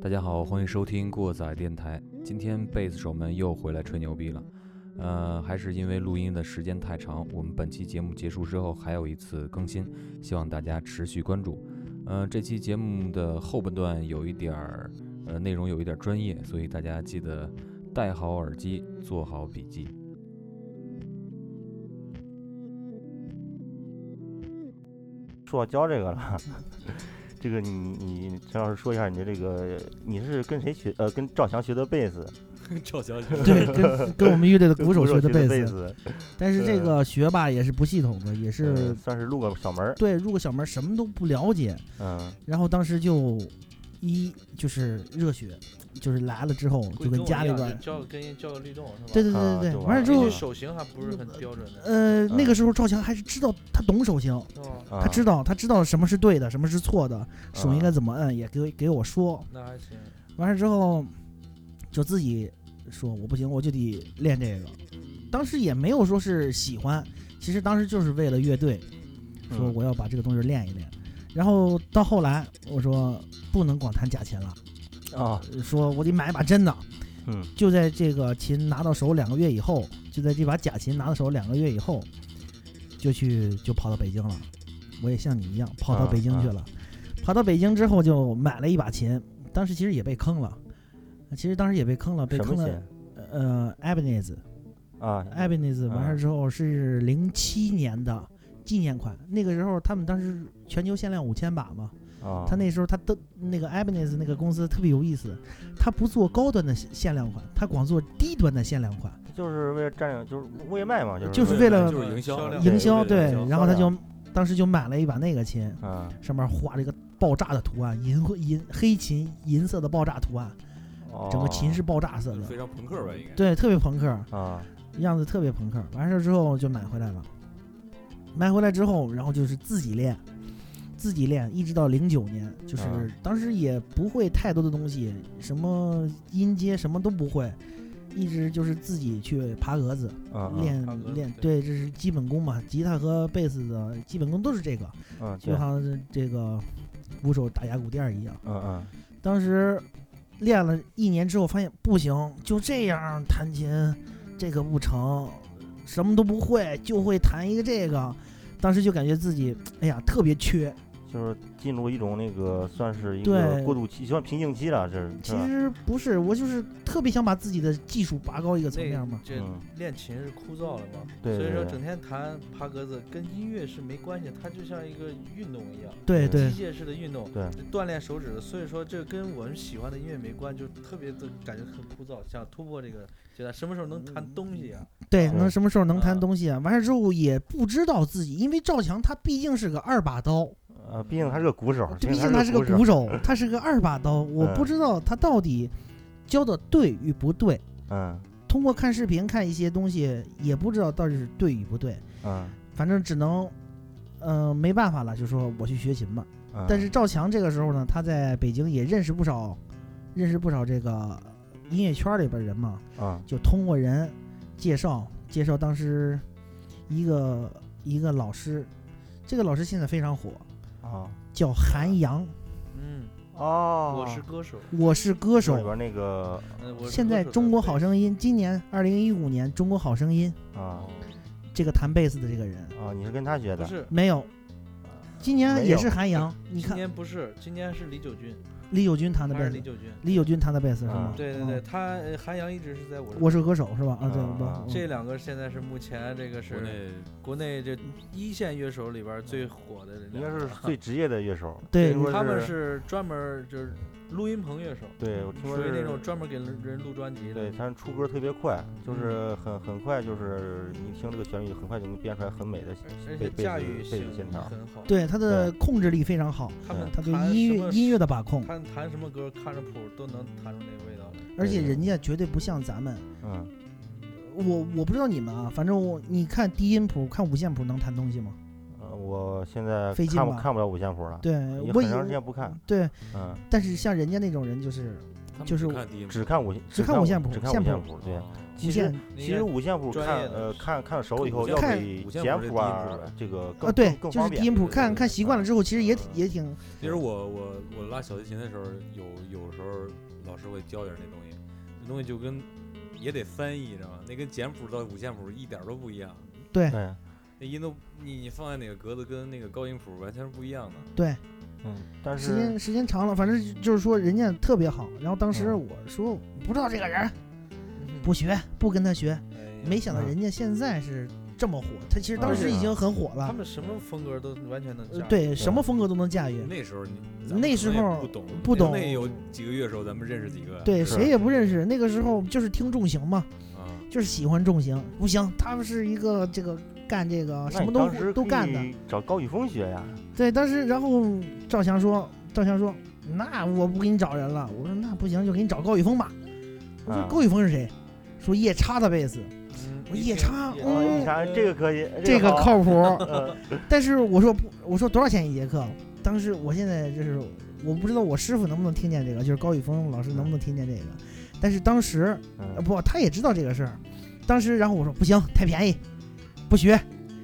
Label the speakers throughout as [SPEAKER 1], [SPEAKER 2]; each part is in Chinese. [SPEAKER 1] 大家好，欢迎收听过载电台。今天贝斯手们又回来吹牛逼了，呃，还是因为录音的时间太长，我们本期节目结束之后还有一次更新，希望大家持续关注。嗯、这期节目的后半段有一点儿，呃，内容有一点儿专业，所以大家记得戴好耳机，做好笔记。
[SPEAKER 2] 说到教这个了， 这个你你陈老师说一下你的这个你是跟谁学？呃，跟赵翔学的贝斯，
[SPEAKER 3] 赵小姐，
[SPEAKER 4] 对，跟跟我们乐队的鼓手学
[SPEAKER 2] 学
[SPEAKER 4] 的贝
[SPEAKER 2] 贝
[SPEAKER 4] 斯，
[SPEAKER 2] 斯，
[SPEAKER 4] 但是这
[SPEAKER 2] 对
[SPEAKER 4] 个学吧也是不系统的，也
[SPEAKER 2] 呃
[SPEAKER 4] 是
[SPEAKER 2] 算是入个小门儿。
[SPEAKER 4] 对入个小门什么都不了解，
[SPEAKER 2] 嗯，
[SPEAKER 4] 然后当时就一就是热血，就是来了之后就跟家里边儿，
[SPEAKER 5] 教跟教个律动是吧？
[SPEAKER 4] 对对
[SPEAKER 2] 啊
[SPEAKER 4] 对对对，
[SPEAKER 2] 就玩
[SPEAKER 4] 完
[SPEAKER 2] 儿
[SPEAKER 4] 了之
[SPEAKER 2] 了
[SPEAKER 4] 后
[SPEAKER 5] 而且，手型还不是很标准的，
[SPEAKER 4] 呃，
[SPEAKER 2] 嗯
[SPEAKER 4] 那个时候赵强还是知道他懂手型，
[SPEAKER 5] 是吧？
[SPEAKER 3] 嗯
[SPEAKER 2] 啊
[SPEAKER 4] 他知道他知道什么是对的，什么是错的，手应该怎么摁，也给给我说，
[SPEAKER 5] 那还行，
[SPEAKER 4] 完事之后就自己说我不行，我就得练这个。当时也没有说是喜欢，其实当时就是为了乐队，说
[SPEAKER 2] 嗯
[SPEAKER 4] 我要把这个东西练一练。然后到后来，我说不能光弹假琴了，
[SPEAKER 2] 啊，
[SPEAKER 4] 说我得买一把真的。
[SPEAKER 2] 嗯，
[SPEAKER 4] 就在这个琴拿到手两个月以后，就在这把假琴拿到手两个月以后，就去就跑到北京了。我也像你一样跑到
[SPEAKER 2] 啊
[SPEAKER 4] 北京去了。跑到北京之后就买了一把琴，当时其实也被坑了，其实当时也被坑了，被
[SPEAKER 2] 什么
[SPEAKER 4] 坑了
[SPEAKER 2] 琴。
[SPEAKER 4] 呃 e b e n e z
[SPEAKER 2] 啊？
[SPEAKER 4] e b e n e z 完事儿之后是零七年的纪念款，那个时候他们当时全球限量五千把嘛，
[SPEAKER 2] 啊，
[SPEAKER 4] 他那时候他的那个 Ibanez 那个公司特别有意思，他不做高端的限限量款，他光做低端的限量款，
[SPEAKER 2] 就是为了占领，就是为卖嘛，就是
[SPEAKER 4] 就是为了
[SPEAKER 1] 就是营呃销
[SPEAKER 5] 销量
[SPEAKER 4] 营销
[SPEAKER 2] 对
[SPEAKER 4] 对
[SPEAKER 2] 营销，
[SPEAKER 4] 然后他
[SPEAKER 2] 销
[SPEAKER 4] 就当时就买了一把那个琴，
[SPEAKER 2] 啊，
[SPEAKER 4] 上面画了一个爆炸的图案，银银黑琴银色的爆炸图案，整个琴是爆炸色的，
[SPEAKER 3] 非常朋克吧，应该。
[SPEAKER 4] 对，特别朋克，
[SPEAKER 2] 哦啊，
[SPEAKER 4] 样子特别朋克。完事儿之后就买回来了，买回来之后，然后就是自己练，自己练，一直到零九年，就是
[SPEAKER 2] 嗯
[SPEAKER 4] 当时也不会太多的东西，什么音阶什么都不会，一直就是自己去爬格子
[SPEAKER 2] 啊啊
[SPEAKER 5] 爬格
[SPEAKER 4] 练
[SPEAKER 5] 子
[SPEAKER 4] 练。
[SPEAKER 5] 对
[SPEAKER 4] 对，这是基本功嘛，吉他和贝斯的基本功都是这个，
[SPEAKER 2] 嗯，对
[SPEAKER 4] 就，好像这个鼓手打打鼓垫儿一样。
[SPEAKER 2] 嗯嗯，
[SPEAKER 4] 当时练了一年之后，发现不行，就这样弹琴，这个不成，什么都不会，就会弹一个这个。当时就感觉自己，哎呀，特别缺。
[SPEAKER 2] 就是进入一种那个算是一个
[SPEAKER 4] 对
[SPEAKER 2] 过渡期，算瓶颈期了，这是
[SPEAKER 4] 其
[SPEAKER 2] 是吧
[SPEAKER 4] 实不是，我就是特别想把自己的技术拔高一个层面
[SPEAKER 5] 那
[SPEAKER 4] 嘛。
[SPEAKER 5] 这
[SPEAKER 2] 嗯
[SPEAKER 5] 练琴是枯燥的嘛，
[SPEAKER 2] 对
[SPEAKER 5] 所以说
[SPEAKER 2] 对对
[SPEAKER 5] 整天弹爬格子跟音乐是没关系，它就像一个运动一样，
[SPEAKER 4] 对
[SPEAKER 2] 嗯
[SPEAKER 4] 对
[SPEAKER 5] 机械式的运动，
[SPEAKER 2] 对，
[SPEAKER 5] 锻炼手指的，所以说这跟我们喜欢的音乐没关，就特别的感觉很枯燥，想突破这个阶段，什么时候能弹东西啊？
[SPEAKER 4] 对，
[SPEAKER 2] 嗯
[SPEAKER 4] 能什么时候能弹
[SPEAKER 5] 嗯
[SPEAKER 4] 东西啊？完事之后也不知道自己，因为赵强他毕竟是个二把刀，
[SPEAKER 2] 呃，毕竟他是个鼓手，
[SPEAKER 4] 这毕竟他是个鼓
[SPEAKER 2] 手，
[SPEAKER 4] 手，他是个二把刀，我不
[SPEAKER 2] 嗯
[SPEAKER 4] 知道他到底教的对与不对。
[SPEAKER 2] 嗯
[SPEAKER 4] 通过看视频看一些东西，也不知道到底是对与不对，
[SPEAKER 2] 嗯
[SPEAKER 4] 反正只能，呃，没办法了，就说我去学琴吧。
[SPEAKER 5] 啊
[SPEAKER 2] 嗯，
[SPEAKER 4] 但是赵强这个时候呢，他在北京也认识不少，认识不少这个音乐圈里边人嘛，
[SPEAKER 2] 啊
[SPEAKER 4] 就通过人介绍介绍当时一个一个老师，这个老师现在非常火，
[SPEAKER 2] 啊
[SPEAKER 4] 叫韩阳，
[SPEAKER 5] 嗯，
[SPEAKER 2] 哦，
[SPEAKER 5] 我是歌手，啊
[SPEAKER 4] 我是歌
[SPEAKER 2] 里
[SPEAKER 4] 手。
[SPEAKER 2] 边那个
[SPEAKER 5] 呃我是
[SPEAKER 4] 现
[SPEAKER 5] 歌
[SPEAKER 4] 在
[SPEAKER 5] 手的
[SPEAKER 4] 中国
[SPEAKER 5] 贝
[SPEAKER 4] 好
[SPEAKER 5] 斯
[SPEAKER 4] 声音，今年二零一五年中国好声音
[SPEAKER 2] 啊
[SPEAKER 4] 这个弹贝斯的这个人，
[SPEAKER 2] 啊，你是跟他学
[SPEAKER 5] 不
[SPEAKER 2] 的啊
[SPEAKER 5] 是，
[SPEAKER 4] 没有，今年也是韩阳。你
[SPEAKER 5] 今
[SPEAKER 4] 看
[SPEAKER 5] 年不是，今年是李九军，
[SPEAKER 4] 李友军弹的
[SPEAKER 5] 他
[SPEAKER 4] 贝
[SPEAKER 5] 是李
[SPEAKER 4] 斯，
[SPEAKER 5] 九军，
[SPEAKER 4] 李友军弹的贝斯是
[SPEAKER 2] 啊？
[SPEAKER 4] 吗
[SPEAKER 5] 对对对，
[SPEAKER 4] 嗯，
[SPEAKER 5] 他呃韩阳一直是在我这
[SPEAKER 4] 我是歌手是吧？啊，对，
[SPEAKER 2] 啊啊
[SPEAKER 4] 我
[SPEAKER 5] 这两个现在是目前这个
[SPEAKER 3] 国
[SPEAKER 5] 是
[SPEAKER 3] 内
[SPEAKER 5] 国内这一线乐手里边儿最火的人，
[SPEAKER 2] 应该是最职业的乐手，
[SPEAKER 4] 对
[SPEAKER 2] 听说
[SPEAKER 5] 他们
[SPEAKER 2] 是
[SPEAKER 5] 是专门儿就是录音棚乐手，
[SPEAKER 2] 对我听说
[SPEAKER 5] 属于那种
[SPEAKER 2] 是。
[SPEAKER 5] 专门给人人录专辑
[SPEAKER 2] 对，
[SPEAKER 5] 的。
[SPEAKER 2] 他们出歌特别快，就是很很快，就是你听这个旋律，很快就能编出来很美的
[SPEAKER 5] 而且
[SPEAKER 2] 贝贝
[SPEAKER 5] 驾
[SPEAKER 2] 斯
[SPEAKER 5] 驭
[SPEAKER 2] 贝
[SPEAKER 5] 性
[SPEAKER 2] 斯线条。
[SPEAKER 5] 很好，
[SPEAKER 4] 对他的控制力非常好，
[SPEAKER 5] 他们
[SPEAKER 4] 他对
[SPEAKER 5] 弹
[SPEAKER 4] 音
[SPEAKER 5] 什
[SPEAKER 4] 乐
[SPEAKER 5] 么
[SPEAKER 4] 音乐的把控，
[SPEAKER 5] 弹弹什么歌，看着谱都能弹出那个味道来。
[SPEAKER 4] 而且
[SPEAKER 2] 对
[SPEAKER 4] 人家绝对不像咱们。
[SPEAKER 2] 嗯，
[SPEAKER 4] 我我不知道你们啊，反正我你看低音谱、看五线谱能弹东西吗？
[SPEAKER 2] 呃我现在
[SPEAKER 4] 费劲
[SPEAKER 2] 看不
[SPEAKER 4] 吧
[SPEAKER 2] 看不了五线谱了，
[SPEAKER 4] 对
[SPEAKER 2] 已经
[SPEAKER 4] 我
[SPEAKER 2] 很
[SPEAKER 4] 以
[SPEAKER 2] 长时间不看。
[SPEAKER 4] 对，
[SPEAKER 2] 嗯
[SPEAKER 4] 但是像人家那种人就是
[SPEAKER 1] 他们
[SPEAKER 4] 就
[SPEAKER 1] 只
[SPEAKER 4] 是我
[SPEAKER 1] 看低音
[SPEAKER 2] 只
[SPEAKER 1] 谱
[SPEAKER 2] 看五
[SPEAKER 4] 只看
[SPEAKER 2] 五
[SPEAKER 4] 五线谱
[SPEAKER 2] 只看
[SPEAKER 4] 线
[SPEAKER 2] 五线
[SPEAKER 4] 谱
[SPEAKER 2] 谱，对。
[SPEAKER 1] 哦
[SPEAKER 2] 其
[SPEAKER 4] 五
[SPEAKER 2] 实
[SPEAKER 4] 线
[SPEAKER 5] 那
[SPEAKER 2] 其
[SPEAKER 5] 应该
[SPEAKER 2] 实五线谱
[SPEAKER 5] 专
[SPEAKER 2] 看
[SPEAKER 5] 业的
[SPEAKER 2] 呃看看熟了以
[SPEAKER 1] 五
[SPEAKER 2] 后
[SPEAKER 1] 线
[SPEAKER 2] 要
[SPEAKER 1] 谱
[SPEAKER 2] 比
[SPEAKER 1] 五线
[SPEAKER 2] 简
[SPEAKER 1] 谱是
[SPEAKER 2] 谱
[SPEAKER 1] 低音
[SPEAKER 2] 啊
[SPEAKER 1] 谱吧
[SPEAKER 2] 这个更
[SPEAKER 4] 啊，对
[SPEAKER 2] 更，更
[SPEAKER 4] 就是
[SPEAKER 2] 方
[SPEAKER 4] 低
[SPEAKER 2] 便
[SPEAKER 4] 音谱，
[SPEAKER 1] 对对
[SPEAKER 4] 看
[SPEAKER 1] 对
[SPEAKER 4] 看习惯了之后，其实也挺
[SPEAKER 1] 嗯
[SPEAKER 4] 也挺
[SPEAKER 1] 其实我我我拉小提琴的时候，有有时候老师会教点那东西，那东西就跟也得翻译，你知道吗？那跟简谱到五线谱一点儿都不一样，
[SPEAKER 4] 对
[SPEAKER 2] 嗯
[SPEAKER 1] 那音都你你放在哪个格子跟那个高音谱完全是不一样的。
[SPEAKER 4] 对。
[SPEAKER 2] 嗯，但
[SPEAKER 4] 时
[SPEAKER 2] 是
[SPEAKER 4] 间时间长了，反正就是说人家特别好。然后当时
[SPEAKER 2] 嗯
[SPEAKER 4] 我说我不知道这个人，
[SPEAKER 5] 嗯
[SPEAKER 4] 不学，不跟他学。
[SPEAKER 5] 哎
[SPEAKER 4] 没想到
[SPEAKER 2] 嗯
[SPEAKER 4] 人家现在是这么火，他其实当
[SPEAKER 2] 啊
[SPEAKER 4] 时已经很火
[SPEAKER 5] 他
[SPEAKER 4] 了，
[SPEAKER 5] 们什么风格都完全能驾
[SPEAKER 4] 呃
[SPEAKER 5] 驭。
[SPEAKER 4] 对，什么风格都能驾驭。
[SPEAKER 1] 那时候你咱们
[SPEAKER 4] 那
[SPEAKER 1] 可
[SPEAKER 4] 时
[SPEAKER 1] 能也
[SPEAKER 4] 候
[SPEAKER 1] 不懂
[SPEAKER 4] 不懂
[SPEAKER 1] 那有几个乐手咱们认识几个？
[SPEAKER 4] 对，
[SPEAKER 2] 是
[SPEAKER 4] 谁也不认识。那个时候就是听重型嘛，
[SPEAKER 1] 啊，
[SPEAKER 4] 就是喜欢重型。不行，他们是一个这个干这个
[SPEAKER 2] 那
[SPEAKER 4] 什
[SPEAKER 2] 你
[SPEAKER 4] 么
[SPEAKER 2] 当时
[SPEAKER 4] 都都
[SPEAKER 2] 可
[SPEAKER 4] 干的。
[SPEAKER 2] 以找高宇峰学呀，
[SPEAKER 4] 对，当时然后赵翔说，赵翔说，那我不给你找人了。我说那不行，就给你找高宇峰吧。我说
[SPEAKER 2] 嗯
[SPEAKER 4] 高宇峰是谁？说夜叉的贝斯。
[SPEAKER 5] 嗯
[SPEAKER 4] 我
[SPEAKER 5] 一
[SPEAKER 4] 夜
[SPEAKER 5] 听
[SPEAKER 4] 叉
[SPEAKER 5] 夜
[SPEAKER 2] 啊，
[SPEAKER 4] 嗯
[SPEAKER 2] 你看这个可以，
[SPEAKER 4] 这个
[SPEAKER 2] 好，
[SPEAKER 4] 靠谱。
[SPEAKER 2] 呃
[SPEAKER 4] 但是我说不，我说多少钱一节课？当时我现在就是我不知道我师傅能不能听见这个，就是高宇峰老师能不能听见这个。但是当时呃
[SPEAKER 2] 嗯
[SPEAKER 4] 不，他也知道这个事儿。当时然后我说不行，太便宜，不学。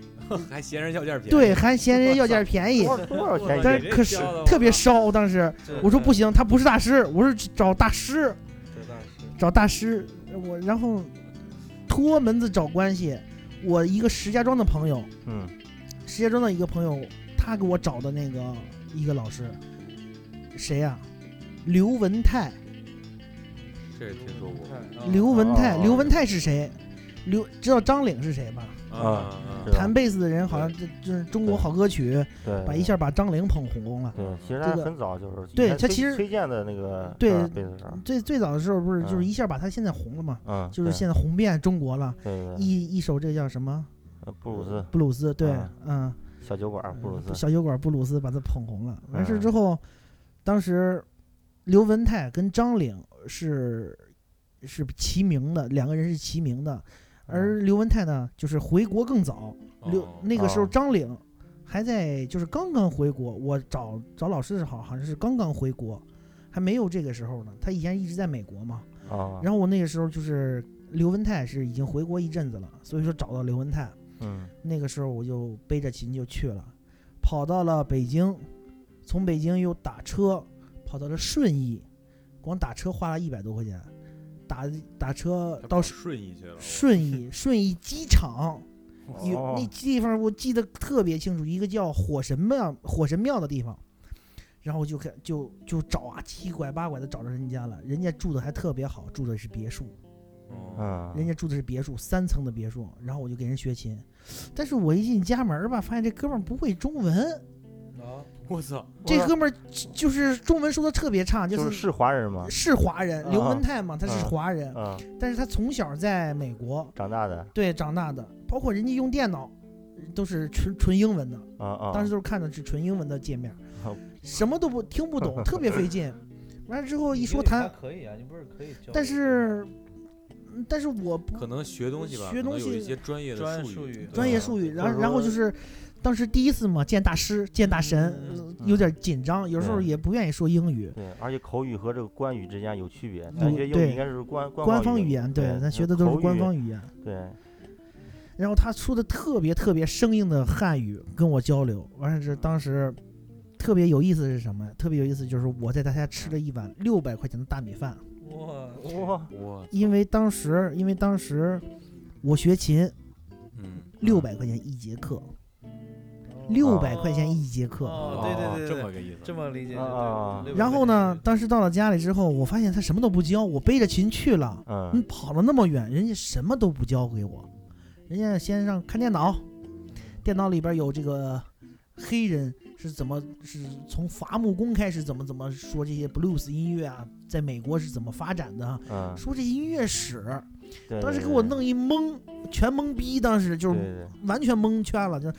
[SPEAKER 1] 还嫌人要价便宜。
[SPEAKER 4] 对，还嫌人要价便宜
[SPEAKER 2] 多，少多少钱一
[SPEAKER 4] 但
[SPEAKER 1] 但
[SPEAKER 4] 是
[SPEAKER 2] 个？
[SPEAKER 1] 这
[SPEAKER 4] 可是
[SPEAKER 1] 教的我
[SPEAKER 4] 特别
[SPEAKER 1] 操
[SPEAKER 4] 烧。当时
[SPEAKER 5] 这
[SPEAKER 4] 我
[SPEAKER 5] 这
[SPEAKER 4] 说不行，他不是大师，我是找大师，
[SPEAKER 5] 这倒是
[SPEAKER 4] 找大师。我然后托门子找关系，我一个石家庄的朋友，
[SPEAKER 2] 嗯，
[SPEAKER 4] 石家庄的一个朋友，他给我找的那个一个老师，谁呀、刘文泰，
[SPEAKER 1] 这也听说过
[SPEAKER 5] 过
[SPEAKER 4] 刘文泰，
[SPEAKER 2] 哦
[SPEAKER 4] 刘文泰是谁？刘知道张岭是谁吧？
[SPEAKER 2] 啊
[SPEAKER 1] 啊
[SPEAKER 2] 是吧
[SPEAKER 4] 弹贝斯的人好像这就是中国好歌曲，
[SPEAKER 2] 对，
[SPEAKER 4] 把一下把张岭捧红了。
[SPEAKER 2] 对，其实
[SPEAKER 4] 这
[SPEAKER 2] 他
[SPEAKER 4] 个
[SPEAKER 2] 很早就是以
[SPEAKER 4] 对
[SPEAKER 2] 前
[SPEAKER 4] 他
[SPEAKER 2] 崔
[SPEAKER 4] 其实
[SPEAKER 2] 崔健的那个
[SPEAKER 4] 对
[SPEAKER 2] 啊贝斯手，
[SPEAKER 4] 最最早的时候不是
[SPEAKER 2] 嗯
[SPEAKER 4] 就是一下把他现在红了嘛，
[SPEAKER 2] 嗯，
[SPEAKER 4] 就是
[SPEAKER 2] 对
[SPEAKER 4] 现在红遍中国了。
[SPEAKER 2] 对对对，
[SPEAKER 4] 一一首这叫什么
[SPEAKER 2] 呃布鲁斯
[SPEAKER 4] 布鲁斯？对
[SPEAKER 2] 嗯，
[SPEAKER 4] 嗯，
[SPEAKER 2] 小酒馆，布鲁斯，
[SPEAKER 4] 小酒馆布鲁斯把他捧红了。完事
[SPEAKER 2] 嗯
[SPEAKER 4] 之后，当时刘文泰跟张岭是是齐名的，两个人是齐名的。而刘文泰呢，就是回国更早，刘
[SPEAKER 1] 哦
[SPEAKER 4] 那个时
[SPEAKER 2] 嗯
[SPEAKER 4] 候
[SPEAKER 2] 哦
[SPEAKER 4] 张岭还在就是刚刚回国。我找找老师的时候，好像是刚刚回国，还没有这个时候呢。他以前一直在美国嘛。
[SPEAKER 2] 啊，
[SPEAKER 4] 然后我那个时候就是刘文泰是已经回国一阵子了，所以说找到刘文泰。
[SPEAKER 2] 嗯
[SPEAKER 4] 那个时候我就背着琴就去了，跑到了北京，从北京又打车跑到了顺义，光打车花了一百多块钱，打打车
[SPEAKER 1] 他
[SPEAKER 4] 到
[SPEAKER 1] 跑
[SPEAKER 4] 顺
[SPEAKER 1] 顺义去了。我
[SPEAKER 4] 顺义顺义机场，有
[SPEAKER 2] 哦
[SPEAKER 4] 那地方我记得特别清楚，一个叫火神庙火神庙的地方。然后我就开就就找啊，七拐八拐的找着人家了，人家住的还特别好，住的是别墅，
[SPEAKER 1] 哦
[SPEAKER 2] 嗯，
[SPEAKER 4] 人家住的是别墅，三层的别墅。然后我就给人学琴，但是我一进家门儿吧，发现这哥们儿不会中文，
[SPEAKER 5] 啊，
[SPEAKER 1] 我操，
[SPEAKER 4] 这
[SPEAKER 2] 哇
[SPEAKER 4] 哥们儿就就是中文说的特别差，
[SPEAKER 2] 就是是是华人吗？
[SPEAKER 4] 是华人，刘
[SPEAKER 2] 啊
[SPEAKER 4] 文泰嘛，他是
[SPEAKER 2] 啊
[SPEAKER 4] 华人，
[SPEAKER 2] 嗯，
[SPEAKER 4] 但是他从小在美国
[SPEAKER 2] 长大的，
[SPEAKER 4] 对长大的，包括人家用电脑都是纯纯英文的，
[SPEAKER 2] 啊啊，
[SPEAKER 4] 当时都是看的是纯英文的界面
[SPEAKER 2] 哦，
[SPEAKER 4] 什么都不听不 懂，特别费劲。完了之后一
[SPEAKER 5] 你
[SPEAKER 4] 说
[SPEAKER 5] 英语还
[SPEAKER 4] 弹，
[SPEAKER 5] 可以啊，你不是可以教？
[SPEAKER 4] 但是嗯但是我不
[SPEAKER 1] 可能学东西吧，
[SPEAKER 4] 学
[SPEAKER 1] 可能
[SPEAKER 4] 东西
[SPEAKER 1] 有一些专业
[SPEAKER 5] 专
[SPEAKER 1] 的
[SPEAKER 5] 业术
[SPEAKER 1] 语
[SPEAKER 5] 语，啊
[SPEAKER 1] 对
[SPEAKER 4] 专业术语，
[SPEAKER 2] 嗯
[SPEAKER 4] 然
[SPEAKER 2] 就是
[SPEAKER 4] 后然后
[SPEAKER 2] 说
[SPEAKER 4] 就是当时第一次嘛见大师见大神，
[SPEAKER 5] 嗯
[SPEAKER 4] 呃有点紧张，有时候
[SPEAKER 2] 对
[SPEAKER 4] 也不愿意说英语。
[SPEAKER 2] 嗯对，而且口语和这个官语之间有区别，
[SPEAKER 4] 嗯
[SPEAKER 2] 咱学英
[SPEAKER 4] 对
[SPEAKER 2] 语应该是官
[SPEAKER 4] 官
[SPEAKER 2] 官
[SPEAKER 4] 方语
[SPEAKER 2] 语
[SPEAKER 4] 言，
[SPEAKER 2] 对
[SPEAKER 4] 对，，咱
[SPEAKER 2] 那
[SPEAKER 4] 学的都是
[SPEAKER 2] 口
[SPEAKER 4] 官
[SPEAKER 2] 语
[SPEAKER 4] 方语言。
[SPEAKER 2] 对，
[SPEAKER 4] 然后他说的特别特别生硬的汉语跟我交流，完事是当时特别有意思的是什么呀？特别有意思就是我在他家吃了一碗六百块钱的大米饭，
[SPEAKER 5] 哇，
[SPEAKER 2] 哇，
[SPEAKER 1] 我
[SPEAKER 4] 因为当时因为当时我学琴
[SPEAKER 1] 嗯，
[SPEAKER 4] 六百块钱一节课，
[SPEAKER 5] 哦
[SPEAKER 4] 六百块钱一节课。
[SPEAKER 5] 哦，对对对对，哦
[SPEAKER 1] 这么个意思。
[SPEAKER 5] 这么理解就对
[SPEAKER 2] 啊
[SPEAKER 5] 了。六百
[SPEAKER 4] 然后呢
[SPEAKER 5] 块，钱
[SPEAKER 4] 当时到了家里之后，我发现他什么都不教，我背着琴去了。你
[SPEAKER 2] 嗯，
[SPEAKER 4] 跑了那么远，人家什么都不教给我，人家先让看电脑，电脑里边有这个黑人是怎么是从伐木工开始怎么怎么说这些 blues 音乐啊，在美国是怎么发展的啊，
[SPEAKER 2] 嗯，
[SPEAKER 4] 说这音乐史，
[SPEAKER 2] 对
[SPEAKER 4] 当时
[SPEAKER 2] 对
[SPEAKER 4] 给我
[SPEAKER 2] 对
[SPEAKER 4] 弄一懵，全懵逼，当时就
[SPEAKER 2] 对
[SPEAKER 4] 是
[SPEAKER 2] 对
[SPEAKER 4] 完全蒙圈了，就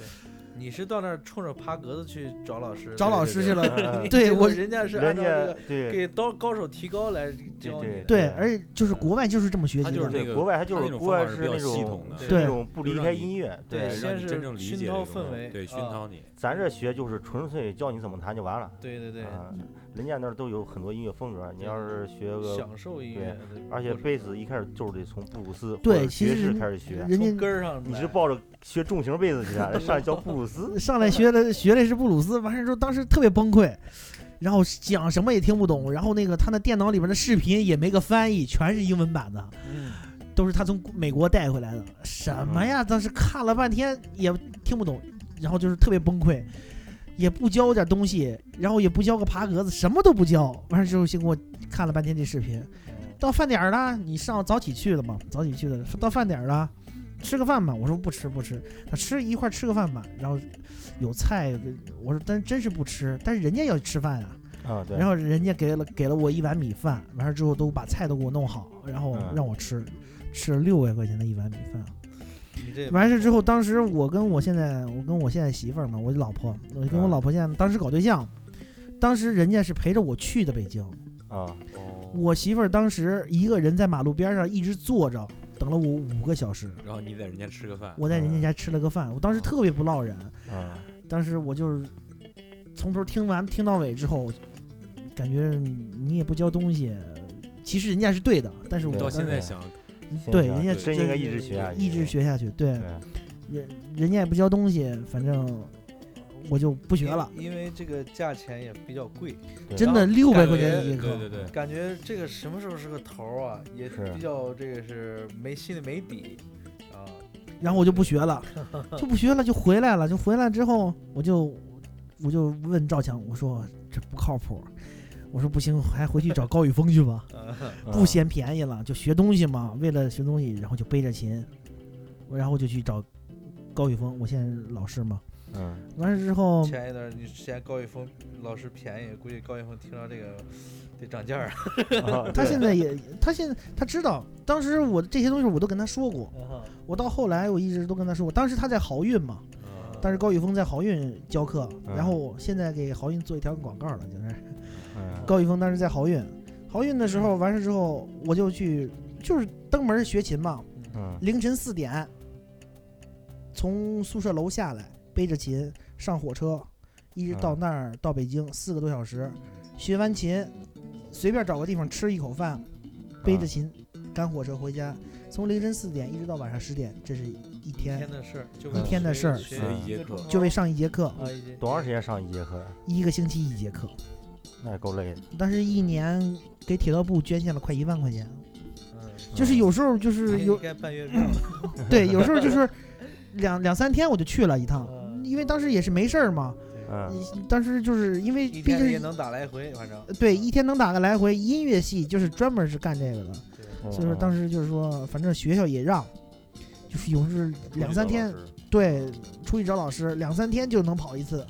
[SPEAKER 5] 你是到那儿冲着爬格子去找老师，
[SPEAKER 4] 找老师 去了。
[SPEAKER 2] 嗯嗯
[SPEAKER 4] 对
[SPEAKER 5] 结果
[SPEAKER 4] 我，
[SPEAKER 5] 人家是按
[SPEAKER 2] 人
[SPEAKER 5] 照这
[SPEAKER 2] 家
[SPEAKER 5] 个
[SPEAKER 2] 对
[SPEAKER 5] 给高高手提高来教你
[SPEAKER 2] 对
[SPEAKER 5] 的。
[SPEAKER 4] 对，而且就是国外就是这么学
[SPEAKER 1] 他
[SPEAKER 4] 习
[SPEAKER 1] 就是
[SPEAKER 4] 的，
[SPEAKER 1] 那
[SPEAKER 2] 对，
[SPEAKER 1] 个
[SPEAKER 2] 国外他就
[SPEAKER 1] 他那
[SPEAKER 2] 是
[SPEAKER 1] 种
[SPEAKER 2] 国
[SPEAKER 1] 方
[SPEAKER 2] 外
[SPEAKER 1] 法是
[SPEAKER 2] 是
[SPEAKER 1] 比较
[SPEAKER 2] 那
[SPEAKER 1] 系
[SPEAKER 2] 种
[SPEAKER 1] 统的
[SPEAKER 2] 是
[SPEAKER 4] 对
[SPEAKER 2] 那种不
[SPEAKER 1] 就
[SPEAKER 2] 离
[SPEAKER 1] 让
[SPEAKER 2] 开
[SPEAKER 1] 你
[SPEAKER 2] 音乐，
[SPEAKER 5] 对
[SPEAKER 1] 对，
[SPEAKER 5] 先
[SPEAKER 1] 让你
[SPEAKER 5] 是
[SPEAKER 1] 真正理
[SPEAKER 5] 熏
[SPEAKER 1] 解
[SPEAKER 5] 陶
[SPEAKER 1] 这个东
[SPEAKER 5] 氛
[SPEAKER 1] 西
[SPEAKER 5] 围
[SPEAKER 1] 对，熏
[SPEAKER 5] 啊
[SPEAKER 1] 陶你。
[SPEAKER 2] 咱这学就是纯粹教你怎么弹就完了，
[SPEAKER 5] 对对对，
[SPEAKER 2] 嗯，人家那儿都有很多音乐风格，你要是学个，
[SPEAKER 5] 享受音乐的过程，
[SPEAKER 2] 而且贝斯一开始就是得从布鲁斯或
[SPEAKER 4] 对
[SPEAKER 2] 者
[SPEAKER 4] 其
[SPEAKER 2] 爵
[SPEAKER 4] 实
[SPEAKER 2] 士
[SPEAKER 4] 人
[SPEAKER 2] 开始学，
[SPEAKER 4] 人
[SPEAKER 5] 从
[SPEAKER 4] 家，
[SPEAKER 5] 根儿上来，
[SPEAKER 2] 你是抱着学重型贝斯去的，人上来叫布鲁斯
[SPEAKER 4] 上来学的学的是布鲁斯，完事儿之后当时特别崩溃，然后讲什么也听不懂，然后那个他那电脑里边的视频也没个翻译，全是英文版的，
[SPEAKER 5] 嗯，
[SPEAKER 4] 都是他从美国带回来的，什么呀？当时看了半天也听不懂，然后就是特别崩溃，也不教点东西，然后也不教个爬格子，什么都不教。完事之后，先给我看了半天这视频。到饭点儿了，你上早起去的嘛？早起去的，到饭点儿了，吃个饭吧。我说不吃不吃，他吃一块儿吃个饭吧。然后有菜，我说但真是不吃，但是人家要吃饭啊。
[SPEAKER 2] 啊，对
[SPEAKER 4] 然，后人家给了给了我一碗米饭，完事之后都把菜都给我弄好，然后
[SPEAKER 2] 嗯
[SPEAKER 4] 让我吃，吃了六百块钱的一碗米饭。
[SPEAKER 5] 你这
[SPEAKER 4] 完事之后，当时我跟我现在我跟我现在媳妇儿嘛，我老婆，我跟我
[SPEAKER 2] 嗯
[SPEAKER 4] 老婆现在当时搞对象，当时人家是陪着我去的北京，
[SPEAKER 2] 啊，
[SPEAKER 3] 哦
[SPEAKER 4] 我媳妇儿当时一个人在马路边上一直坐着，等了我五个小时。
[SPEAKER 1] 然后你在人家吃个饭，
[SPEAKER 4] 我在
[SPEAKER 2] 嗯
[SPEAKER 4] 人家家吃了个饭，我当时特别不落忍，
[SPEAKER 2] 啊，
[SPEAKER 4] 当时我就是从头听完听到尾之后，感觉你也不教东西，其实人家是对的，但是我
[SPEAKER 2] 对
[SPEAKER 1] 到
[SPEAKER 4] 当时
[SPEAKER 1] 现在想，
[SPEAKER 4] 对
[SPEAKER 2] 现
[SPEAKER 4] 人家
[SPEAKER 2] 在真应该一直学啊，
[SPEAKER 4] 一直，学下去，对，
[SPEAKER 2] 对，
[SPEAKER 4] 人人家也不教东西，反正我就不学了，
[SPEAKER 5] 因因为这个价钱也比较贵，
[SPEAKER 2] 对
[SPEAKER 4] 真的六百块
[SPEAKER 5] 感觉
[SPEAKER 4] 钱一节
[SPEAKER 1] 对对
[SPEAKER 4] 课，
[SPEAKER 1] 对，
[SPEAKER 5] 感觉这个什么时候是个头儿啊？也
[SPEAKER 2] 是
[SPEAKER 5] 比较这个是没心里没底啊。
[SPEAKER 4] 然后我就不学了，就不学了，就回来了，就回来之后，我就我就问赵强，我说这不靠谱，我说不行，还回去找高宇峰去吧。
[SPEAKER 5] 啊
[SPEAKER 2] 啊
[SPEAKER 4] 不嫌便宜了，就学东西嘛，为了学东西，然后就背着琴，我然后就去找高宇峰，我现在老师嘛。
[SPEAKER 2] 嗯，
[SPEAKER 4] 完事之后，
[SPEAKER 5] 前一段你之前高一峰老师便宜，估计高一峰听到这个得涨价儿啊
[SPEAKER 2] 啊
[SPEAKER 4] 他
[SPEAKER 2] 对
[SPEAKER 4] 现在也，他现在他知道，当时我这些东西我都跟他说过，。我到后来我一直都跟他说过，当时他在豪运嘛，
[SPEAKER 5] 啊
[SPEAKER 4] 当时高宇峰在豪运教课，
[SPEAKER 2] 嗯
[SPEAKER 4] 然后我现在给豪运做一条广告了，就是
[SPEAKER 2] 嗯
[SPEAKER 4] 高宇峰当时在豪运，豪运的时候完事之后，我就去就是登门学琴嘛，
[SPEAKER 2] 嗯
[SPEAKER 4] 凌晨四点，从宿舍楼下来，背着琴上火车，一直到那儿、到北京四个多小时，学完琴，随便找个地方吃一口饭，背着琴赶火车回家，从凌晨四点一直到晚上十点，这是一
[SPEAKER 5] 一
[SPEAKER 4] 天
[SPEAKER 5] 天，的事儿，就
[SPEAKER 4] 一
[SPEAKER 5] 跟
[SPEAKER 4] 天的
[SPEAKER 5] 学
[SPEAKER 4] 事儿
[SPEAKER 5] 学
[SPEAKER 1] 学
[SPEAKER 5] 一
[SPEAKER 1] 一节
[SPEAKER 5] 个
[SPEAKER 1] 课
[SPEAKER 5] 钟
[SPEAKER 4] 就为
[SPEAKER 5] 头
[SPEAKER 4] 上一嗯节课，
[SPEAKER 5] 啊，一节
[SPEAKER 2] 多长时间上一节课？
[SPEAKER 4] 一个星期一节课，
[SPEAKER 2] 那也够累的，
[SPEAKER 4] 但是一年给铁道部捐献了快一万块钱，
[SPEAKER 5] 嗯，哎
[SPEAKER 4] 就是有时候就
[SPEAKER 5] 这
[SPEAKER 4] 是
[SPEAKER 5] 应
[SPEAKER 4] 有
[SPEAKER 5] 该办月票了。
[SPEAKER 4] 对，有时候就是两两三天我就去了一趟，
[SPEAKER 5] 嗯
[SPEAKER 4] 因为当时也是没事儿嘛。
[SPEAKER 2] 嗯，
[SPEAKER 4] 当时就是因为
[SPEAKER 5] 一
[SPEAKER 4] 毕
[SPEAKER 5] 天
[SPEAKER 4] 竟
[SPEAKER 5] 也
[SPEAKER 4] 是
[SPEAKER 5] 能打来回，反正
[SPEAKER 4] 对一天能打个来回，音乐系就是专门是干这个的，
[SPEAKER 5] 对
[SPEAKER 4] 所
[SPEAKER 2] 嗯
[SPEAKER 4] 以说当时就是说，反正学校也让，就是有时候两三天
[SPEAKER 1] 出去
[SPEAKER 4] 对出去找老师，两三天就能跑一次，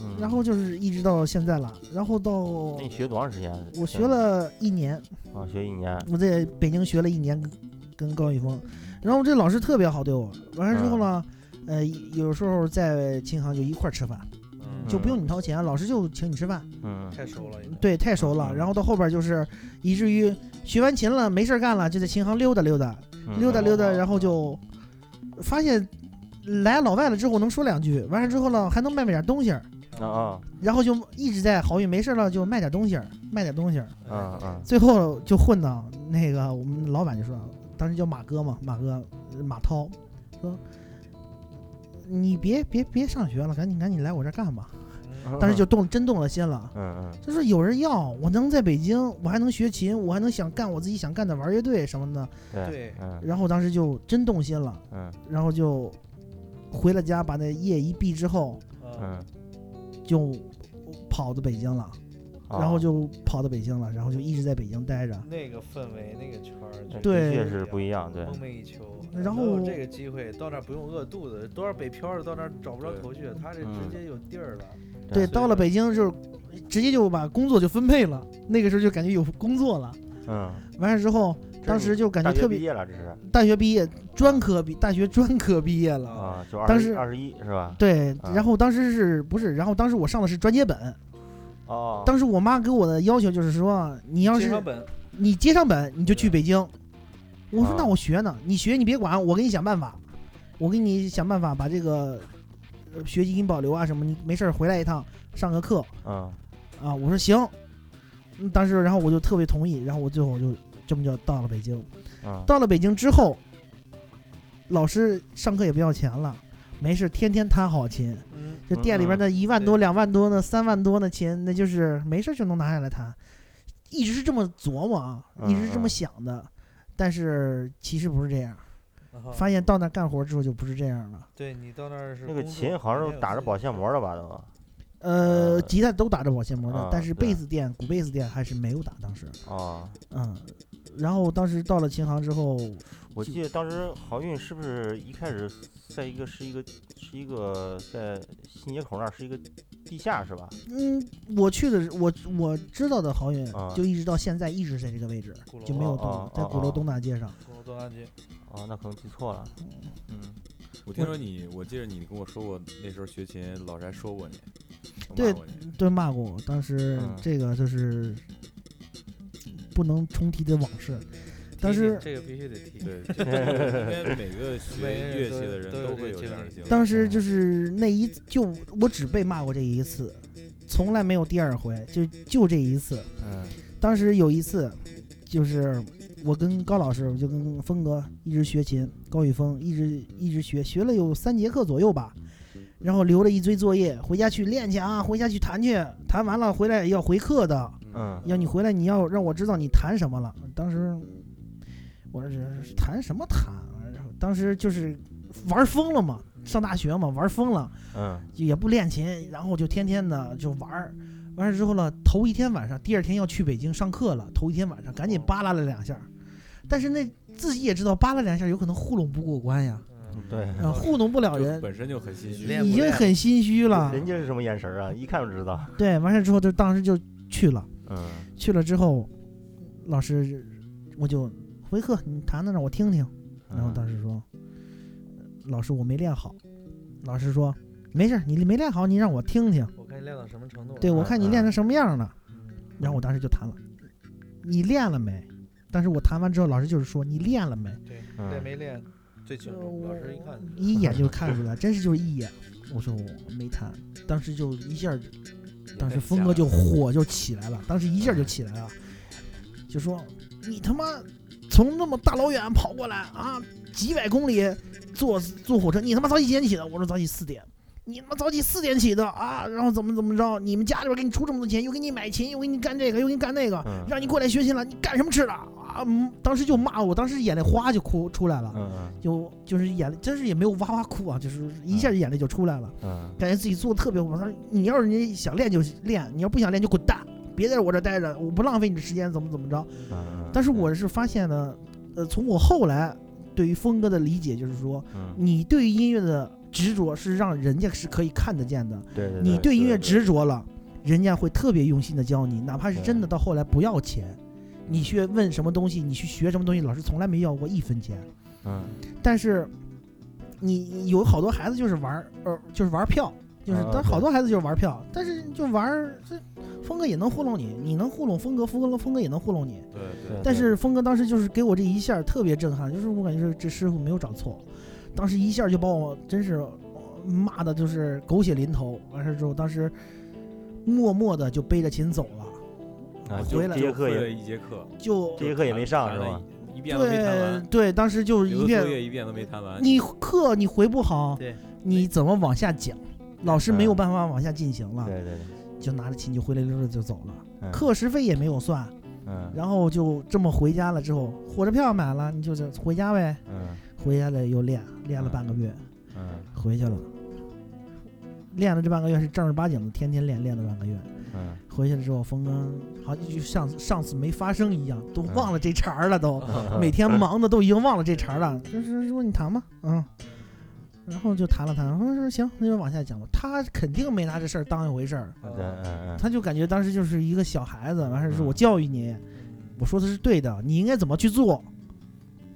[SPEAKER 2] 嗯，
[SPEAKER 4] 然后就是一直到现在了，然后到
[SPEAKER 2] 那你学多长时间？
[SPEAKER 4] 我学了一年，
[SPEAKER 2] 啊，学一年，
[SPEAKER 4] 我在北京学了一年跟，跟高宇峰，然后这老师特别好对我，完了之后呢，
[SPEAKER 5] 嗯
[SPEAKER 4] 呃，有时候在琴行就一块儿吃饭，
[SPEAKER 1] 嗯
[SPEAKER 4] 就不用你掏钱，老师就请你吃饭。
[SPEAKER 2] 嗯，
[SPEAKER 5] 太熟了，已经，
[SPEAKER 4] 对，太熟了。
[SPEAKER 2] 嗯
[SPEAKER 4] 然后到后边就是，以至于学完琴了，没事儿干了，就在琴行溜达溜达，
[SPEAKER 2] 嗯
[SPEAKER 4] 溜达溜达，然后就发现来老外了之后能说两句，完事之后呢还能卖卖点东西儿，
[SPEAKER 2] 啊啊
[SPEAKER 4] 然后就一直在好运没事儿了就卖点东西儿，卖点东西儿，
[SPEAKER 2] 啊啊，
[SPEAKER 4] 最后就混到那个我们老板就说，当时叫马哥嘛，马哥马涛说。你别别别上学了，赶紧赶紧来我这儿干吧！
[SPEAKER 5] 嗯
[SPEAKER 4] 当时就动真动了心了，
[SPEAKER 2] 嗯嗯
[SPEAKER 4] 就是有人要，我能在北京，我还能学琴，我还能想干我自己想干的，玩乐队什么的。
[SPEAKER 2] 对
[SPEAKER 5] 对
[SPEAKER 2] 嗯
[SPEAKER 4] 然后当时就真动心了，
[SPEAKER 2] 嗯
[SPEAKER 4] 然后就回了家，把那夜一闭之后，
[SPEAKER 5] 嗯，
[SPEAKER 2] 嗯，
[SPEAKER 4] 就跑到北京了，
[SPEAKER 2] 啊哦
[SPEAKER 4] 然后就跑到北京了，然后就一直在北京待着。
[SPEAKER 5] 那个氛围，那个圈儿，
[SPEAKER 4] 对
[SPEAKER 2] 确实不一样，对，
[SPEAKER 5] 梦寐以求。
[SPEAKER 4] 然后
[SPEAKER 5] 能有这个机会到那儿不用饿肚子，多少北漂儿到那儿找不着头绪，他这直
[SPEAKER 2] 嗯
[SPEAKER 5] 接有地儿了。
[SPEAKER 4] 对，
[SPEAKER 5] 是
[SPEAKER 4] 到了北京就是直接就把工作就分配了，那个时候就感觉有工作了。
[SPEAKER 2] 嗯，
[SPEAKER 4] 完事之后，当时就感觉特
[SPEAKER 2] 毕
[SPEAKER 4] 别
[SPEAKER 2] 业了，啊这是
[SPEAKER 4] 大学毕业专科毕大学专科毕业了。
[SPEAKER 2] 啊，就二二十一是吧？
[SPEAKER 4] 对，
[SPEAKER 2] 啊
[SPEAKER 4] 然后当时是不是？然后当时我上的是专接本，
[SPEAKER 2] 哦，
[SPEAKER 4] 当时我妈给我的要求就是说，你要
[SPEAKER 5] 介绍
[SPEAKER 4] 是
[SPEAKER 5] 本，
[SPEAKER 4] 你接上本，你就去北京。我
[SPEAKER 2] 啊
[SPEAKER 4] 说那我学呢，你学你别管，我给你想办法，我给你想办法把这个呃学籍给你保留啊什么，你没事儿回来一趟上个课。
[SPEAKER 2] 嗯
[SPEAKER 4] 啊，我说行，嗯当时然后我就特别同意，然后我最后我就这么就到了北京。
[SPEAKER 2] 嗯，
[SPEAKER 4] 到了北京之后，老师上课也不要钱了，没事天天弹好琴，
[SPEAKER 5] 嗯，
[SPEAKER 4] 这店里边
[SPEAKER 2] 嗯
[SPEAKER 4] 的一万多、
[SPEAKER 5] 对
[SPEAKER 4] 两万多呢、三万多的琴，那就是没事就能拿下来弹，一直是这么琢磨啊，一直是这
[SPEAKER 2] 嗯
[SPEAKER 4] 么
[SPEAKER 2] 嗯
[SPEAKER 4] 想的，但是其实不是这样，
[SPEAKER 5] 然
[SPEAKER 2] 哦
[SPEAKER 5] 后
[SPEAKER 4] 发现到那儿干活之后就不是这样了。
[SPEAKER 5] 啊对你到那儿是
[SPEAKER 2] 那个
[SPEAKER 5] 工作
[SPEAKER 2] 琴好像
[SPEAKER 5] 你也
[SPEAKER 2] 是
[SPEAKER 5] 有
[SPEAKER 2] 打着
[SPEAKER 5] 自己
[SPEAKER 2] 保
[SPEAKER 5] 的
[SPEAKER 2] 鲜
[SPEAKER 5] 事
[SPEAKER 2] 膜的吧都。
[SPEAKER 4] 呃
[SPEAKER 2] 呃，
[SPEAKER 4] 吉他都打着保鲜膜的
[SPEAKER 2] 啊，
[SPEAKER 4] 但是
[SPEAKER 2] 对
[SPEAKER 4] 贝斯店、古贝斯店还是没有打，当时，
[SPEAKER 2] 啊，
[SPEAKER 4] 嗯，然后当时到了琴行之后，
[SPEAKER 2] 我
[SPEAKER 4] 就
[SPEAKER 2] 记得当时好运是不是一开始在一个是一个是一个在新街口那儿是一个地下是吧？
[SPEAKER 4] 嗯，我去的是我我知道的好远
[SPEAKER 2] 啊，
[SPEAKER 4] 就一直到现在一直在这个位置
[SPEAKER 5] 鼓，楼
[SPEAKER 4] 就没有动
[SPEAKER 2] 啊
[SPEAKER 4] 了
[SPEAKER 2] 啊，
[SPEAKER 4] 在鼓楼
[SPEAKER 2] 啊
[SPEAKER 4] 东大街上。
[SPEAKER 5] 工作安 全
[SPEAKER 2] 哦，那可能记错了。嗯，
[SPEAKER 3] 我听说你，我记得你跟我说过，那时候学琴老师还说过你，
[SPEAKER 4] 对
[SPEAKER 3] 骂过你
[SPEAKER 4] 对，骂过我。当时
[SPEAKER 2] 嗯
[SPEAKER 4] 这个就是不能重提的往事。但
[SPEAKER 5] 提醒
[SPEAKER 4] 是
[SPEAKER 5] 这个必须得提，
[SPEAKER 3] 对，这个应该每个学乐器的人
[SPEAKER 5] 都有
[SPEAKER 3] 会
[SPEAKER 5] 这
[SPEAKER 3] 有这
[SPEAKER 5] 个经
[SPEAKER 3] 样的
[SPEAKER 5] 历
[SPEAKER 3] 经历。
[SPEAKER 4] 当
[SPEAKER 5] 嗯
[SPEAKER 4] 时就是那一就我只被骂过这一次，从来没有第二回，就就这一次。
[SPEAKER 2] 嗯
[SPEAKER 4] 当时有一次，就是我跟高老师，我就跟峰哥一直学琴，高宇峰一直一直学，学了有三节课左右吧，然后留了一堆作业，回家去练去啊，回家去弹去，弹完了回来要回课的，
[SPEAKER 2] 嗯
[SPEAKER 4] 要你回来你要让我知道你弹什么了。当时我说这弹什么弹啊，然后当时就是玩疯了嘛，上大学嘛，玩疯了。
[SPEAKER 2] 嗯，
[SPEAKER 4] 就也不练琴，然后就天天的就玩儿，完了之后呢，头一天晚上，第二天要去北京上课了，头一天晚上赶
[SPEAKER 5] 哦
[SPEAKER 4] 紧扒拉了两下儿，但是那自己也知道扒拉两下儿有可能糊弄不过关呀，
[SPEAKER 5] 嗯，
[SPEAKER 2] 对，
[SPEAKER 4] 呃，糊弄不了
[SPEAKER 3] 就
[SPEAKER 4] 人，
[SPEAKER 3] 本身就很心虚，
[SPEAKER 5] 练
[SPEAKER 4] 已
[SPEAKER 5] 不
[SPEAKER 4] 经
[SPEAKER 5] 练
[SPEAKER 4] 很心虚了。
[SPEAKER 2] 人家是什么眼神儿啊？一看就知道。
[SPEAKER 4] 对，完事之后就当时就去了，
[SPEAKER 2] 嗯
[SPEAKER 4] 去了之后，老师我就回课，你弹弹让我听听。然
[SPEAKER 5] 嗯
[SPEAKER 4] 后当时说，老师我没练好，老师说没事儿，你没练好，你让我听听，
[SPEAKER 5] 我看你练到什么程度了。
[SPEAKER 4] 对我
[SPEAKER 2] 嗯
[SPEAKER 4] 看你练
[SPEAKER 2] 嗯
[SPEAKER 4] 成什么样了。
[SPEAKER 5] 嗯
[SPEAKER 4] 然后我当时就弹了，你练了没？但是我弹完之后，老师就是说你练了没？
[SPEAKER 5] 对，
[SPEAKER 2] 嗯
[SPEAKER 5] 练没练最清楚，老师一看就知道，
[SPEAKER 4] 呃一眼就看出来，真是就是一眼。我说我没弹，当时就一下儿，当时峰哥就火就起来了，当时一下就起来了，就说你他妈从那么大老远跑过来啊，几百公里坐坐火车，你他妈早几点起的？我说早起四点。你他妈早起四点起的啊，然后怎么怎么着？你们家里边给你出这么多钱，又给你买琴，又给你干这个，又给你干那个，
[SPEAKER 2] 嗯
[SPEAKER 4] 让你过来学习了，你干什么吃的啊？嗯当时就骂我，当时眼泪哗就哭出来了，
[SPEAKER 2] 嗯
[SPEAKER 4] 就就是眼泪，真是也没有哇哇哭啊，就是一下眼泪就出来了，
[SPEAKER 2] 嗯
[SPEAKER 4] 感觉自己做的特别好。他说你要是你想练就练，你要不想练就滚蛋，别在我这儿待着，我不浪费你的时间，怎么怎么着。
[SPEAKER 2] 嗯，
[SPEAKER 4] 但是我是发现呢，呃，从我后来对于峰哥的理解就是说，
[SPEAKER 2] 嗯，
[SPEAKER 4] 你对于音乐的执着是让人家是可以看得见的，
[SPEAKER 2] 对对，
[SPEAKER 4] 你对音乐执
[SPEAKER 2] 着，
[SPEAKER 4] 着了，人家会特别用心的教你，哪怕是真的到后来不要钱，你去问什么东西，你去学什么东西，老师从来没要过一分钱。
[SPEAKER 2] 嗯
[SPEAKER 4] 但是你你有好多孩子就是玩儿，呃，就是玩儿票，就是
[SPEAKER 2] 啊
[SPEAKER 4] 但
[SPEAKER 2] 对
[SPEAKER 4] 好多孩子就是玩儿票，但是就玩儿这峰哥也能糊弄你，你能糊弄峰哥，峰哥峰哥也能糊弄你。
[SPEAKER 3] 对对
[SPEAKER 2] 对
[SPEAKER 4] 但是峰哥当时就是给我这一下儿特别震撼，就是我感觉是这师傅没有找错，当时一下儿就把我真是呃骂的就是狗血淋头。完事儿之后，当时默默的就背着琴走了，
[SPEAKER 2] 啊，
[SPEAKER 4] 回来
[SPEAKER 2] 这节课
[SPEAKER 3] 会了
[SPEAKER 2] 也
[SPEAKER 3] 一节课，
[SPEAKER 4] 就
[SPEAKER 2] 这节课也没上是吧？
[SPEAKER 3] 一遍都没弹
[SPEAKER 4] 对
[SPEAKER 3] 完，
[SPEAKER 4] 对，当时就是
[SPEAKER 3] 有
[SPEAKER 4] 一
[SPEAKER 3] 的
[SPEAKER 4] 遍
[SPEAKER 3] 作业一遍都没弹完。
[SPEAKER 4] 你课你回不好
[SPEAKER 5] 对，
[SPEAKER 4] 你怎么往下讲？老师
[SPEAKER 3] 嗯
[SPEAKER 4] 没有办法往下进行了，
[SPEAKER 2] 对对对，
[SPEAKER 4] 就拿着琴就灰溜溜的就走了，
[SPEAKER 2] 嗯
[SPEAKER 4] 课时费也没有算，
[SPEAKER 2] 嗯
[SPEAKER 4] 然后就这么回家了之后，火车票买了，你就是回家呗，
[SPEAKER 2] 嗯
[SPEAKER 4] 回家了又练，练了半个月，
[SPEAKER 2] 嗯
[SPEAKER 4] 回去了，练了这半个月是正儿八经的，天天练，练了半个月，
[SPEAKER 2] 嗯
[SPEAKER 4] 回去了之后，峰哥好像就像上次没发生一样，都
[SPEAKER 3] 嗯
[SPEAKER 4] 忘了这茬儿 了，都每天忙的都已经忘了这茬儿了。就是说你弹吧，嗯，然后就弹了弹，我说行，那就往下讲吧。他肯定没拿这事儿当一回事儿，
[SPEAKER 5] 啊
[SPEAKER 2] 嗯
[SPEAKER 4] 他就感觉当时就是一个小孩子，完事儿是
[SPEAKER 2] 嗯
[SPEAKER 4] 我教育你，
[SPEAKER 5] 嗯
[SPEAKER 4] 我说的是对的，你应该怎么去做。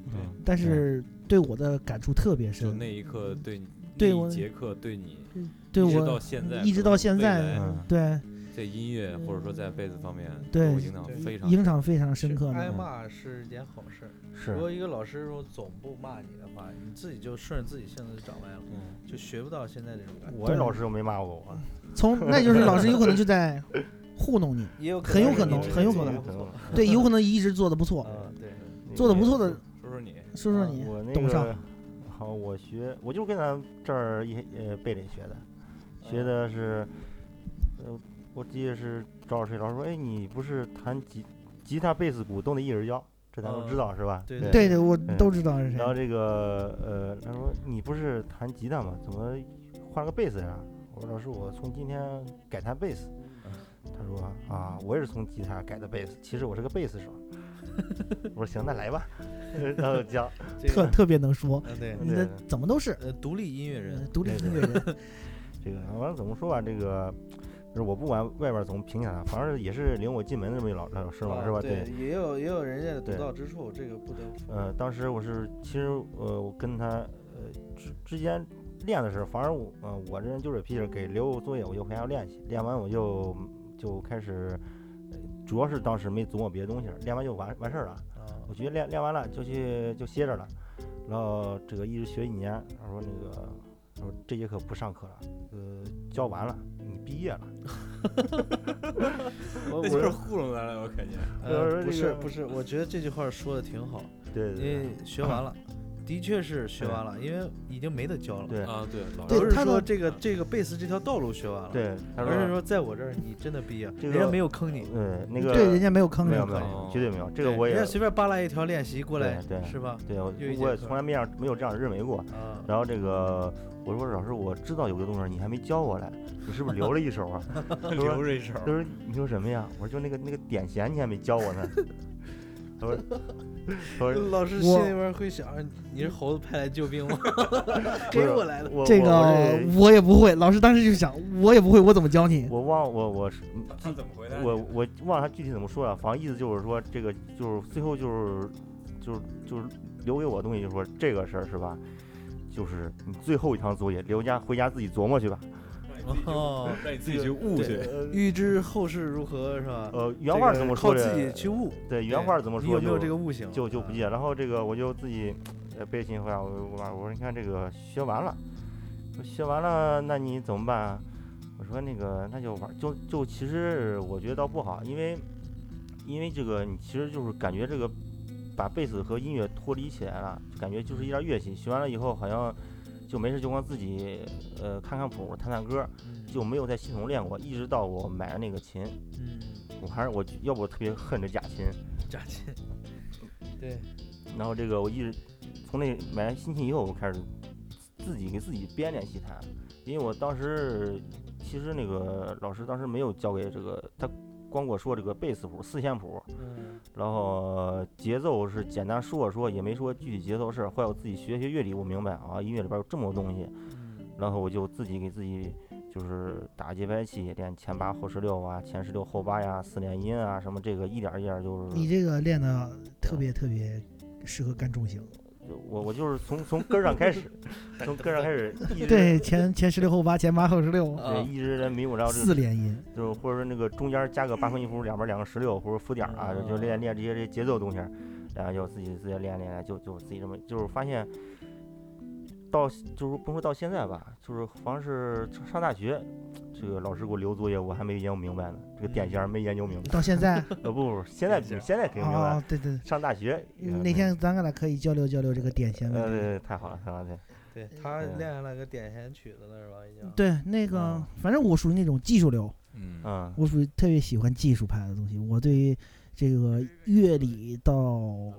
[SPEAKER 2] 嗯，
[SPEAKER 4] 但是对我的感触特别
[SPEAKER 3] 就
[SPEAKER 4] 深，
[SPEAKER 3] 那一刻对你，
[SPEAKER 4] 对
[SPEAKER 3] 那
[SPEAKER 4] 我
[SPEAKER 3] 一节课对你，
[SPEAKER 4] 对
[SPEAKER 3] 一直到
[SPEAKER 4] 我
[SPEAKER 3] 现在，
[SPEAKER 4] 一直到现在
[SPEAKER 3] 可能未来
[SPEAKER 2] 嗯
[SPEAKER 4] 对
[SPEAKER 3] 在音乐或者说在贝斯方面，
[SPEAKER 4] 对
[SPEAKER 3] 我影响非常
[SPEAKER 4] 影响非常深
[SPEAKER 5] 是
[SPEAKER 4] 刻
[SPEAKER 5] 挨
[SPEAKER 2] 哎
[SPEAKER 4] 的。嗯
[SPEAKER 5] 骂是一件好事儿。
[SPEAKER 2] 是
[SPEAKER 5] 如，果一个老师说总不骂你的话，你自己就顺着自己性子就长歪了，
[SPEAKER 2] 嗯
[SPEAKER 5] 就学不到现在这种感觉。
[SPEAKER 2] 我这老师又没骂过我，
[SPEAKER 4] 从那就是老师有可能就在糊 弄你。
[SPEAKER 5] 也有
[SPEAKER 4] 很有
[SPEAKER 5] 可
[SPEAKER 4] 可能
[SPEAKER 5] 你这
[SPEAKER 4] 很有
[SPEAKER 5] 这
[SPEAKER 4] 可
[SPEAKER 5] 个
[SPEAKER 4] 能
[SPEAKER 5] 不错
[SPEAKER 4] 对，有可能一直做的不错，
[SPEAKER 2] 嗯
[SPEAKER 5] 啊，对，
[SPEAKER 4] 做的不错的，
[SPEAKER 3] 说说你，
[SPEAKER 4] 说说你
[SPEAKER 2] 我那
[SPEAKER 4] 懂上
[SPEAKER 2] 个好，我学我就跟咱们这儿一呃贝里学的，学
[SPEAKER 5] 嗯
[SPEAKER 2] 的是，呃，我记得是赵老师老师说，哎，你不是弹吉吉他、贝斯、鼓都得一人教，这咱都知
[SPEAKER 5] 嗯
[SPEAKER 2] 道是吧？
[SPEAKER 5] 对
[SPEAKER 4] 对对，我都知道是
[SPEAKER 2] 然后
[SPEAKER 4] 谁。
[SPEAKER 2] 这个呃，他说你不是弹吉他吗？怎么换了个贝斯呀？我说老师，我从今天改弹贝斯。
[SPEAKER 5] 嗯
[SPEAKER 2] 他说啊，我也是从吉他改的贝斯，其实我是个贝斯手。 我说行，那来吧， 然后教。
[SPEAKER 5] 这
[SPEAKER 4] 特
[SPEAKER 5] 个
[SPEAKER 4] 特别能说，
[SPEAKER 5] 嗯对，
[SPEAKER 4] 你的
[SPEAKER 2] 对
[SPEAKER 4] 怎么都是
[SPEAKER 5] 呃，独立音乐
[SPEAKER 4] 呃
[SPEAKER 5] 人，
[SPEAKER 4] 独立
[SPEAKER 2] 对
[SPEAKER 4] 音乐人。
[SPEAKER 2] 这个反正怎么说吧，这个就是我不管外边怎么评价他，反正也是领我进门的这么一老老师嘛，
[SPEAKER 5] 啊
[SPEAKER 2] 是吧？
[SPEAKER 5] 对，也有也有人家的独
[SPEAKER 2] 对
[SPEAKER 5] 到之处，这个不得不
[SPEAKER 2] 呃，当时我是其实呃，我跟他呃之之间练的时候，反正我呃我这人就是脾气，给留作业我就回家练去，练完我就就开始，呃主要是当时没琢磨别的东西，练完就完完事儿了。
[SPEAKER 5] 啊
[SPEAKER 2] 我觉得练练完了就去就歇着了，然后这个一直学一年，他说那个他说这节课不上课了，呃教完了你毕业了，
[SPEAKER 5] 我
[SPEAKER 3] 那就是
[SPEAKER 5] 我
[SPEAKER 3] 糊弄咱了，我感觉。
[SPEAKER 2] 就是这
[SPEAKER 5] 呃不是
[SPEAKER 2] 个
[SPEAKER 5] 不是，我觉得这句话说的挺好，
[SPEAKER 2] 对
[SPEAKER 5] 因
[SPEAKER 2] 对
[SPEAKER 5] 为学完了，的确是学完了，因为已经没得教了。
[SPEAKER 2] 对
[SPEAKER 3] 啊，对，老
[SPEAKER 4] 对
[SPEAKER 5] 不是
[SPEAKER 4] 他
[SPEAKER 5] 说
[SPEAKER 4] 的
[SPEAKER 5] 这个这个贝斯这条道路学完了，
[SPEAKER 2] 对，，对，他
[SPEAKER 5] 而是
[SPEAKER 2] 说
[SPEAKER 5] 说在我这儿你真的毕业，
[SPEAKER 2] 这
[SPEAKER 5] 人家
[SPEAKER 2] 个
[SPEAKER 5] 没有坑你，
[SPEAKER 2] 呃那个
[SPEAKER 4] 对，人家没有坑
[SPEAKER 2] 没有
[SPEAKER 4] 人
[SPEAKER 2] 没，有
[SPEAKER 3] 哦
[SPEAKER 2] 绝对没有，这个
[SPEAKER 5] 对
[SPEAKER 2] 我也
[SPEAKER 5] 人家随便扒拉一条练习过来，
[SPEAKER 2] 对对
[SPEAKER 5] 是吧？
[SPEAKER 2] 对，我
[SPEAKER 5] 又一节
[SPEAKER 2] 我也
[SPEAKER 5] 课
[SPEAKER 2] 从来没让没有这样认为过。
[SPEAKER 5] 啊，
[SPEAKER 2] 然后这个我说老师，我知道有个动作你还没教我来，你是不是留了一手啊？他
[SPEAKER 3] 留
[SPEAKER 2] 说
[SPEAKER 3] 着一手
[SPEAKER 2] 他，说你说什么呀？我说就那个那个点弦你还没教我呢。他说他说
[SPEAKER 5] 老师心
[SPEAKER 4] 我
[SPEAKER 5] 里边会想，你是猴子派来救 兵吗？
[SPEAKER 2] 不
[SPEAKER 5] 给
[SPEAKER 2] 是
[SPEAKER 5] 我来的，
[SPEAKER 2] 我
[SPEAKER 4] 这
[SPEAKER 2] 我
[SPEAKER 4] 个
[SPEAKER 2] 我
[SPEAKER 4] 我也不会。老师当时就想，我也不会，我怎么教你
[SPEAKER 2] 这？我忘我我是
[SPEAKER 3] 他怎么回答你？
[SPEAKER 2] 我我忘了他具体怎么说了，反正意思就是说这个就是最后就是就是就是留给我的东西，就是说这个事儿是吧？就是你最后一堂作业，留家回家自己琢磨去吧。
[SPEAKER 5] 哦，
[SPEAKER 3] 啊让你自己去悟去。
[SPEAKER 5] 预知后事如何是吧？
[SPEAKER 2] 呃，原话是怎么说
[SPEAKER 5] 这
[SPEAKER 2] 的？
[SPEAKER 5] 个靠自己去悟。
[SPEAKER 2] 对，
[SPEAKER 5] 对
[SPEAKER 2] 原话是怎么
[SPEAKER 5] 你有
[SPEAKER 2] 说
[SPEAKER 5] 没有
[SPEAKER 2] 就
[SPEAKER 5] 这个悟性？
[SPEAKER 2] 就就不
[SPEAKER 5] 啊
[SPEAKER 2] 记。得。然后这个我就自己呃背信回来，我我爸我说你看这个学完了，说学完了那你怎么办啊？我说那个那就玩儿，就就其实我觉得倒不好，因为因为这个你其实就是感觉这个把贝斯和音乐脱离起来了，就感觉就是一件乐器，学完了以后好像。就没事，就光自己呃看看谱、弹弹歌，
[SPEAKER 5] 嗯
[SPEAKER 2] 就没有在系统练过。一直到我买了那个琴，
[SPEAKER 5] 嗯，
[SPEAKER 2] 我还是我要不我特别恨这假琴，
[SPEAKER 5] 扎进，对，
[SPEAKER 2] 然后这个我一直从那买完新琴以后，我开始自己给自己编练习弹，因为我当时其实那个老师当时没有教给这个，他光给我说这个贝斯谱、四线谱，
[SPEAKER 5] 嗯，
[SPEAKER 2] 然后节奏是简单说说，也没说具体节奏事儿。后来我自己学学乐理，我明白啊，音乐里边有这么多东西，
[SPEAKER 5] 嗯
[SPEAKER 2] 然后我就自己给自己就是打节拍器，练前八后十六啊，前十六后八呀，四连音啊什么这个一点儿一点儿就是
[SPEAKER 4] 你这个练的特别特别适合干重型。
[SPEAKER 2] 我我就是从从根儿上开始， 从根儿上开始一直啊
[SPEAKER 4] 对，前前十六后八，前八后十六，
[SPEAKER 5] 啊
[SPEAKER 2] 对，一直在迷糊，然后
[SPEAKER 4] 四
[SPEAKER 2] 就
[SPEAKER 4] 连音。
[SPEAKER 2] 就是或者说那个中间加个八分音符，两边两个十六或者附点儿啊，就就练练这些这些节奏东西儿，然后就自己自己练练，就就自己这么就是发现到就是不说到现在吧，就是好像是上大学。这个老师给我留作业，我还没研究明白呢。这个点弦儿没研究 明白，
[SPEAKER 4] 到现 在
[SPEAKER 2] 呃，不不，现在
[SPEAKER 3] 点弦儿
[SPEAKER 2] 现在可以明白了。
[SPEAKER 4] 哦，对对，对
[SPEAKER 2] 上大学呃
[SPEAKER 4] 那天咱俩可以交流交流这个点弦
[SPEAKER 2] 呃，
[SPEAKER 4] 问
[SPEAKER 2] 对
[SPEAKER 4] 题。
[SPEAKER 2] 对，太好了，太好了，对，
[SPEAKER 5] 对他
[SPEAKER 2] 对
[SPEAKER 5] 练下来个点弦曲子了是吧？已经，
[SPEAKER 4] 对，那个
[SPEAKER 2] 啊
[SPEAKER 4] 反正我属于那种技术流，
[SPEAKER 3] 嗯，
[SPEAKER 2] 嗯，
[SPEAKER 4] 我属于特别喜欢技术派的东西。我对于这个乐理 到